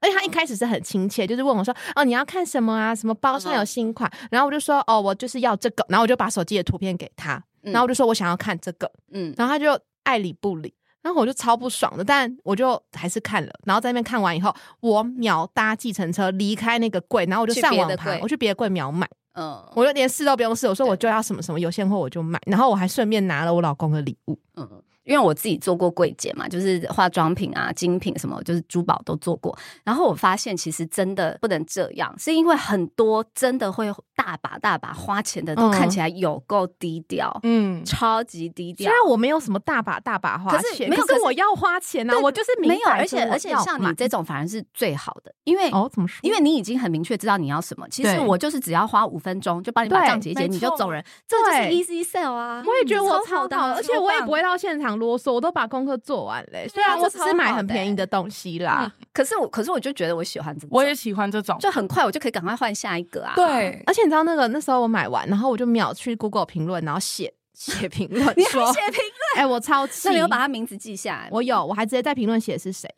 [SPEAKER 3] 而且他一开始是很亲切，就是问我说：“哦，你要看什么啊？什么包
[SPEAKER 1] 嗯
[SPEAKER 3] 上有新款？”然后我就说：“哦，我就是要这个。”然后我就把手机的图片给他，
[SPEAKER 1] 嗯
[SPEAKER 3] 然后我就说：“我想要看这个。”
[SPEAKER 1] 嗯，
[SPEAKER 3] 然后他就爱理不理，然后我就超不爽的，但我就还是看了。然后在那边看完以后，我秒搭计程车离开那个柜，然后我就
[SPEAKER 1] 去
[SPEAKER 3] 上
[SPEAKER 1] 别
[SPEAKER 3] 网
[SPEAKER 1] 的
[SPEAKER 3] 爬
[SPEAKER 1] 柜，
[SPEAKER 3] 我去别的柜秒买，
[SPEAKER 1] 嗯，
[SPEAKER 3] 我就连试都不用试，我说
[SPEAKER 1] 对
[SPEAKER 3] 我就要什么什么有现货我就买，然后我还顺便拿了我老公的礼物。
[SPEAKER 1] 嗯，因为我自己做过柜姐嘛，就是化妆品啊、精品什么，就是珠宝都做过。然后我发现，其实真的不能这样，是因为很多真的会大把大把花钱的，都
[SPEAKER 3] 嗯
[SPEAKER 1] 看起来有够低调，
[SPEAKER 2] 嗯，
[SPEAKER 1] 超级低
[SPEAKER 3] 虽
[SPEAKER 1] 调
[SPEAKER 3] 然。我没有什么大把大把花
[SPEAKER 1] 可是
[SPEAKER 3] 钱，
[SPEAKER 1] 没有
[SPEAKER 3] 可
[SPEAKER 1] 可
[SPEAKER 3] 是
[SPEAKER 1] 是
[SPEAKER 3] 我要花钱啊，
[SPEAKER 1] 对
[SPEAKER 3] 我就是明
[SPEAKER 1] 没有，
[SPEAKER 3] 摆
[SPEAKER 1] 而
[SPEAKER 3] 着
[SPEAKER 1] 且
[SPEAKER 3] 我
[SPEAKER 1] 而且
[SPEAKER 3] 要
[SPEAKER 1] 像
[SPEAKER 3] 买
[SPEAKER 1] 你这种反而是最好的，因为
[SPEAKER 3] 哦，怎么说？
[SPEAKER 1] 因为你已经很明确知道你要什么。其实
[SPEAKER 3] 对
[SPEAKER 1] 我就是只要花五分钟就帮你把
[SPEAKER 3] 对
[SPEAKER 1] 账结一结，
[SPEAKER 2] 没
[SPEAKER 1] 你就
[SPEAKER 2] 错
[SPEAKER 1] 走人，这就是
[SPEAKER 3] 对
[SPEAKER 1] easy sale 啊。
[SPEAKER 3] 我也觉得我
[SPEAKER 1] 超
[SPEAKER 3] 超
[SPEAKER 1] 好的
[SPEAKER 3] 好，而且
[SPEAKER 2] 超
[SPEAKER 3] 我也
[SPEAKER 2] 棒
[SPEAKER 3] 不会到现场啰嗦，我都把功课做完嘞、虽
[SPEAKER 1] 啊
[SPEAKER 3] 然我只
[SPEAKER 1] 这
[SPEAKER 3] 是
[SPEAKER 1] 超
[SPEAKER 3] 买
[SPEAKER 1] 好
[SPEAKER 3] 很
[SPEAKER 1] 的嗯
[SPEAKER 3] 便宜
[SPEAKER 1] 欸
[SPEAKER 3] 的东西啦，
[SPEAKER 1] 可是我，可是我就觉得我喜欢这种，
[SPEAKER 2] 我也喜欢这种，
[SPEAKER 1] 就很快我就可以赶快换下一个啊。
[SPEAKER 2] 对，
[SPEAKER 3] 而且你知道那个那时候我买完，然后我就秒去 Google 评论，然后写 写评论
[SPEAKER 1] 你还
[SPEAKER 3] 说
[SPEAKER 1] 写评论，：“
[SPEAKER 3] 哎、我超气！”
[SPEAKER 1] 那你有把他名字记下来吗？
[SPEAKER 3] 我有，我还直接在评论写是谁，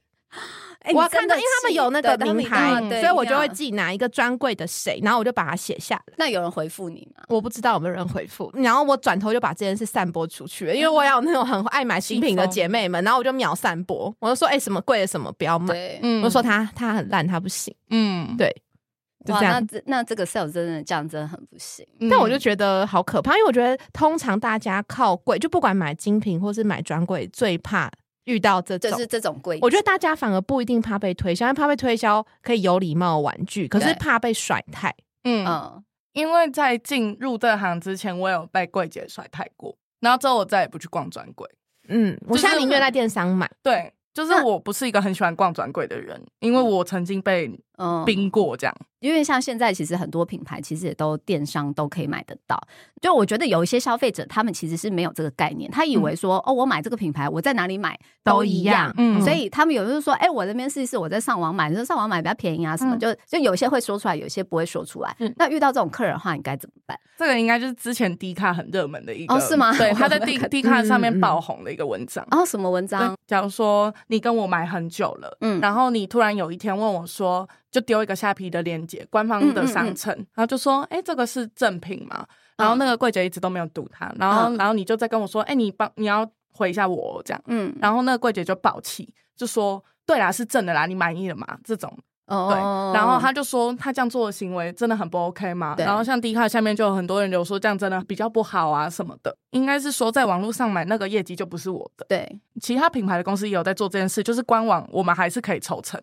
[SPEAKER 1] 哎
[SPEAKER 3] 我
[SPEAKER 1] 你
[SPEAKER 3] 要看
[SPEAKER 1] 真
[SPEAKER 3] 到，
[SPEAKER 1] 的
[SPEAKER 3] 因为他们
[SPEAKER 1] 气
[SPEAKER 3] 有那
[SPEAKER 1] 对
[SPEAKER 3] 个
[SPEAKER 1] 他们
[SPEAKER 3] 名
[SPEAKER 1] 一定
[SPEAKER 3] 牌
[SPEAKER 1] 要，对
[SPEAKER 3] 所以我
[SPEAKER 1] 一定
[SPEAKER 3] 就会
[SPEAKER 1] 要
[SPEAKER 3] 记哪一个专柜的谁，然后我就把它写下来。
[SPEAKER 1] 那有人回复你吗？
[SPEAKER 3] 我不知道有没有人回复，嗯然后我转头就把这件事散播出去了，因为我也有那种很爱买新品的姐妹们，然后我就秒散播，我就说：“哎、什么贵的什么不要买。”
[SPEAKER 1] 对，
[SPEAKER 2] 嗯
[SPEAKER 3] 我说他他很烂，他不行，
[SPEAKER 2] 嗯，
[SPEAKER 3] 对，就
[SPEAKER 1] 哇，
[SPEAKER 3] 这样
[SPEAKER 1] 那。这那这个 sale 真的这样真的很不行。
[SPEAKER 2] 嗯
[SPEAKER 3] 但我就觉得好可怕，因为我觉得通常大家靠柜，就不管买精品或是买专柜，最怕遇到这种。
[SPEAKER 1] 就是这种规矩，
[SPEAKER 3] 我觉得大家反而不一定怕被推销，因为怕被推销可以有礼貌玩具，可是
[SPEAKER 1] 对
[SPEAKER 3] 怕被甩太。
[SPEAKER 2] 嗯，
[SPEAKER 1] 嗯，
[SPEAKER 2] 因为在进入这行之前，我有被柜姐甩太过，然后之后我再也不去逛专柜。
[SPEAKER 3] 嗯，我现在
[SPEAKER 2] 就是
[SPEAKER 3] 宁愿在电商买。
[SPEAKER 2] 对，就是
[SPEAKER 1] 那
[SPEAKER 2] 我不是一个很喜欢逛专柜的人，因为我曾经被
[SPEAKER 1] 嗯
[SPEAKER 2] 冰过这样。
[SPEAKER 1] 因为像现在其实很多品牌其实也都电商都可以买得到，就我觉得有一些消费者他们其实是没有这个概念，他以为说、哦，我买这个品牌我在哪里买
[SPEAKER 3] 都
[SPEAKER 1] 一
[SPEAKER 3] 一样
[SPEAKER 2] 嗯
[SPEAKER 1] 所以他们有时候说，哎、我这边试一试，我在上网买，你说上网买比较便宜啊什么，
[SPEAKER 2] 嗯
[SPEAKER 1] 就就有些会说出来，有些不会说出来。
[SPEAKER 2] 嗯
[SPEAKER 1] 那遇到这种客人的话，你该怎么办？
[SPEAKER 2] 这个应该就是之前 D 卡很热门的一个，
[SPEAKER 1] 哦是吗
[SPEAKER 2] 对，
[SPEAKER 1] 我
[SPEAKER 2] 他在
[SPEAKER 1] 没
[SPEAKER 2] D
[SPEAKER 1] 看
[SPEAKER 2] D 卡上
[SPEAKER 3] 嗯嗯
[SPEAKER 2] 面
[SPEAKER 3] 嗯
[SPEAKER 2] 爆红的一个文章。
[SPEAKER 1] 然、哦后什么文章
[SPEAKER 2] 对？假如说你跟我买很久了，
[SPEAKER 1] 嗯
[SPEAKER 2] 然后你突然有一天问我说，就丢一个虾皮的链接，官方
[SPEAKER 1] 嗯
[SPEAKER 2] 的商城，然后就说，哎、这个是正品吗？然后那个柜姐一直都没有读它，然后、
[SPEAKER 1] 嗯
[SPEAKER 2] 然后你就再跟我说，哎、你帮你要回一下我这样，
[SPEAKER 1] 嗯，
[SPEAKER 2] 然后那个柜姐就爆气，就说，对啦，是正的啦，你满意了嘛？这种
[SPEAKER 1] 哦
[SPEAKER 2] 对，然后他就说他这样做的行为真的很不 OK 嘛。
[SPEAKER 1] 对
[SPEAKER 2] 然后像 D 卡下面就有很多人有说这样真的比较不好啊什么的，应该是说在网络上买那个业绩就不是我的。
[SPEAKER 1] 对
[SPEAKER 2] 其他品牌的公司也有在做这件事，就是官网我们还是可以抽成，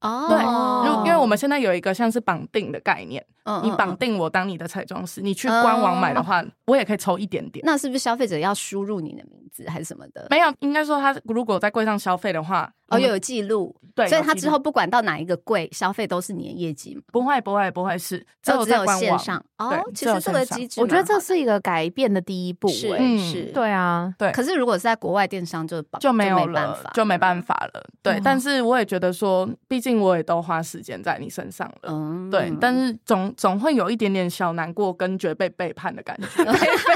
[SPEAKER 1] 哦
[SPEAKER 2] 对
[SPEAKER 3] 哦
[SPEAKER 2] 如因为我们现在有一个像是绑定的概念，
[SPEAKER 1] 嗯哦
[SPEAKER 2] 你
[SPEAKER 1] 嗯
[SPEAKER 2] 绑
[SPEAKER 1] 嗯
[SPEAKER 2] 定我当你的彩妆师，你去官网买的话，我也可以抽一点点。
[SPEAKER 1] 那是不是消费者要输入你的名字还是什么的？
[SPEAKER 2] 没有，应该说他如果在柜上消费的话，
[SPEAKER 1] 哦，
[SPEAKER 2] 我们
[SPEAKER 1] 又有记录，
[SPEAKER 2] 对，
[SPEAKER 1] 所以
[SPEAKER 2] 有
[SPEAKER 1] 他
[SPEAKER 2] 记
[SPEAKER 1] 之
[SPEAKER 2] 录
[SPEAKER 1] 后不管到哪一个柜消费都是你的业绩嘛，
[SPEAKER 2] 不会不会不会是只
[SPEAKER 1] 就
[SPEAKER 2] 有
[SPEAKER 1] 只
[SPEAKER 2] 在
[SPEAKER 1] 有
[SPEAKER 2] 官
[SPEAKER 1] 线
[SPEAKER 2] 网
[SPEAKER 1] 上
[SPEAKER 2] 对
[SPEAKER 1] 哦。其
[SPEAKER 2] 只有
[SPEAKER 1] 实这个
[SPEAKER 2] 线上
[SPEAKER 1] 机制
[SPEAKER 3] 我
[SPEAKER 1] 蛮
[SPEAKER 3] 觉
[SPEAKER 1] 好的，
[SPEAKER 3] 得这是一个改变的第一步、
[SPEAKER 1] 是
[SPEAKER 3] 欸
[SPEAKER 2] 嗯
[SPEAKER 1] 是，。
[SPEAKER 3] 对啊，
[SPEAKER 2] 对
[SPEAKER 1] 可是如果是在国外电商就绑
[SPEAKER 2] 就没
[SPEAKER 1] 没
[SPEAKER 2] 有
[SPEAKER 1] 办
[SPEAKER 2] 了
[SPEAKER 1] 法，，嗯
[SPEAKER 2] 就没办法了。对
[SPEAKER 3] 哇，
[SPEAKER 2] 但是我也觉得说，毕竟我也都花时间在你身上了，
[SPEAKER 1] 嗯
[SPEAKER 2] 对，但是总总会有一点点小难过，跟觉得被背叛的 感觉，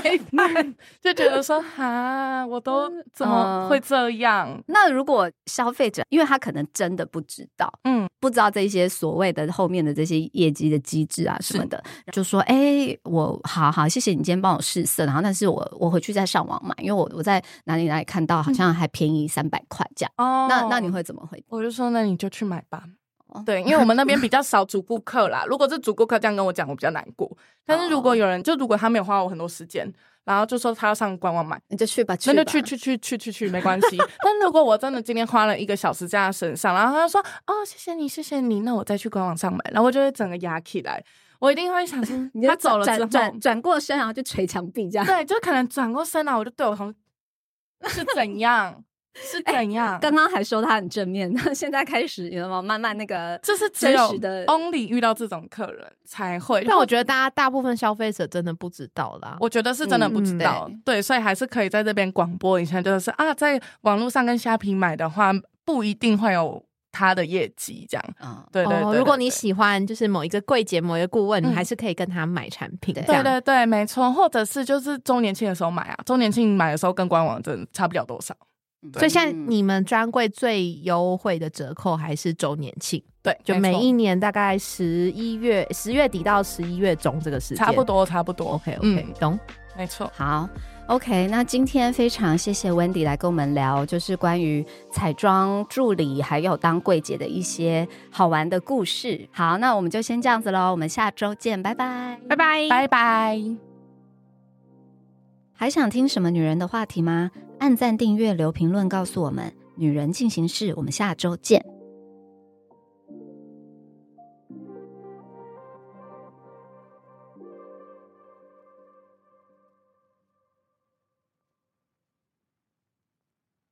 [SPEAKER 2] 被背叛，就觉得说哈，我都怎么
[SPEAKER 1] 嗯
[SPEAKER 2] 会这样？
[SPEAKER 1] 那如果消费者，因为他可能真的不知道，
[SPEAKER 2] 嗯，
[SPEAKER 1] 不知道这些所谓的后面的这些业绩的机制啊什么的，就说，哎、我好好，谢谢你今天帮我试色，然后但是我我回去再上网买，因为我我在哪里哪里看到好像还便宜三百块这样，
[SPEAKER 2] 嗯哦
[SPEAKER 1] 那那你会怎么回？
[SPEAKER 2] 我就说那你就去买吧
[SPEAKER 1] 哦。
[SPEAKER 2] 对，因为我们那边比较少主顾客 啦。如果是主顾客这样跟我讲，我比较难过。但是如
[SPEAKER 1] 哦
[SPEAKER 2] 果有人，就如果他没有花我很多时间，然后就说他要上官网买，
[SPEAKER 1] 你就去吧，去
[SPEAKER 2] 那就
[SPEAKER 1] 吧
[SPEAKER 2] 去去去去去去，没关系。但如果我真的今天花了一个小时在他身上，然后他说哦，谢谢你，谢谢你，那我再去官网上买，然后我就会整个压起来，我一定会想说
[SPEAKER 1] 你就
[SPEAKER 2] 他走了
[SPEAKER 1] 转
[SPEAKER 2] 之
[SPEAKER 1] 转转
[SPEAKER 2] 后，
[SPEAKER 1] 转过身，然后就捶墙壁这样。
[SPEAKER 2] 对，就可能转过身来，我就对我同事是 怎样，是
[SPEAKER 1] 哎
[SPEAKER 2] 怎样，
[SPEAKER 1] 刚刚还说他很正面，那现在开始你知道吗？慢慢那个
[SPEAKER 2] 就是只
[SPEAKER 1] 真
[SPEAKER 2] 有
[SPEAKER 1] 实的
[SPEAKER 2] only 遇到这种客人才会。
[SPEAKER 3] 但我觉得大家大部分消费者真的不知道啦。
[SPEAKER 2] 我觉得是真的不知道，
[SPEAKER 1] 嗯
[SPEAKER 2] 对，所以还是可以在这边广播一下，就是啊，在网络上跟虾皮买的话，不一定会有他的业绩这样。
[SPEAKER 1] 嗯，
[SPEAKER 2] 对对对
[SPEAKER 3] 哦，
[SPEAKER 2] 对
[SPEAKER 3] 如果
[SPEAKER 2] 对
[SPEAKER 3] 你喜欢就是某一个柜姐、某一个顾问，你
[SPEAKER 2] 嗯
[SPEAKER 3] 还是可以跟他买产品。
[SPEAKER 1] 对
[SPEAKER 3] 这样
[SPEAKER 2] 对对对，没错，或者是就是周年庆的时候买啊，周年庆买的时候跟官网真的差不了多少。
[SPEAKER 1] 嗯
[SPEAKER 3] 所以现在你们专柜最优惠的折扣还是周年庆，
[SPEAKER 2] 对，
[SPEAKER 3] 就
[SPEAKER 2] 没
[SPEAKER 3] 每
[SPEAKER 2] 错
[SPEAKER 3] 一年大概十一月十月底到十一月中这个时间，
[SPEAKER 2] 差不。多差不多。
[SPEAKER 3] OK OK，、
[SPEAKER 2] 嗯
[SPEAKER 3] 懂。
[SPEAKER 2] 没错。
[SPEAKER 1] 好，OK，那今天非常谢谢 Wendy 来跟我们聊，就是关于彩妆助理还有当柜姐的一些好玩的故事。好，那我们就先这样子喽，我们下周见，拜拜。
[SPEAKER 3] 拜拜。
[SPEAKER 2] 拜拜。
[SPEAKER 1] 还想听什么女人的话题吗？按赞、订阅、留评论，告诉我们。女人进行式，我们下周见，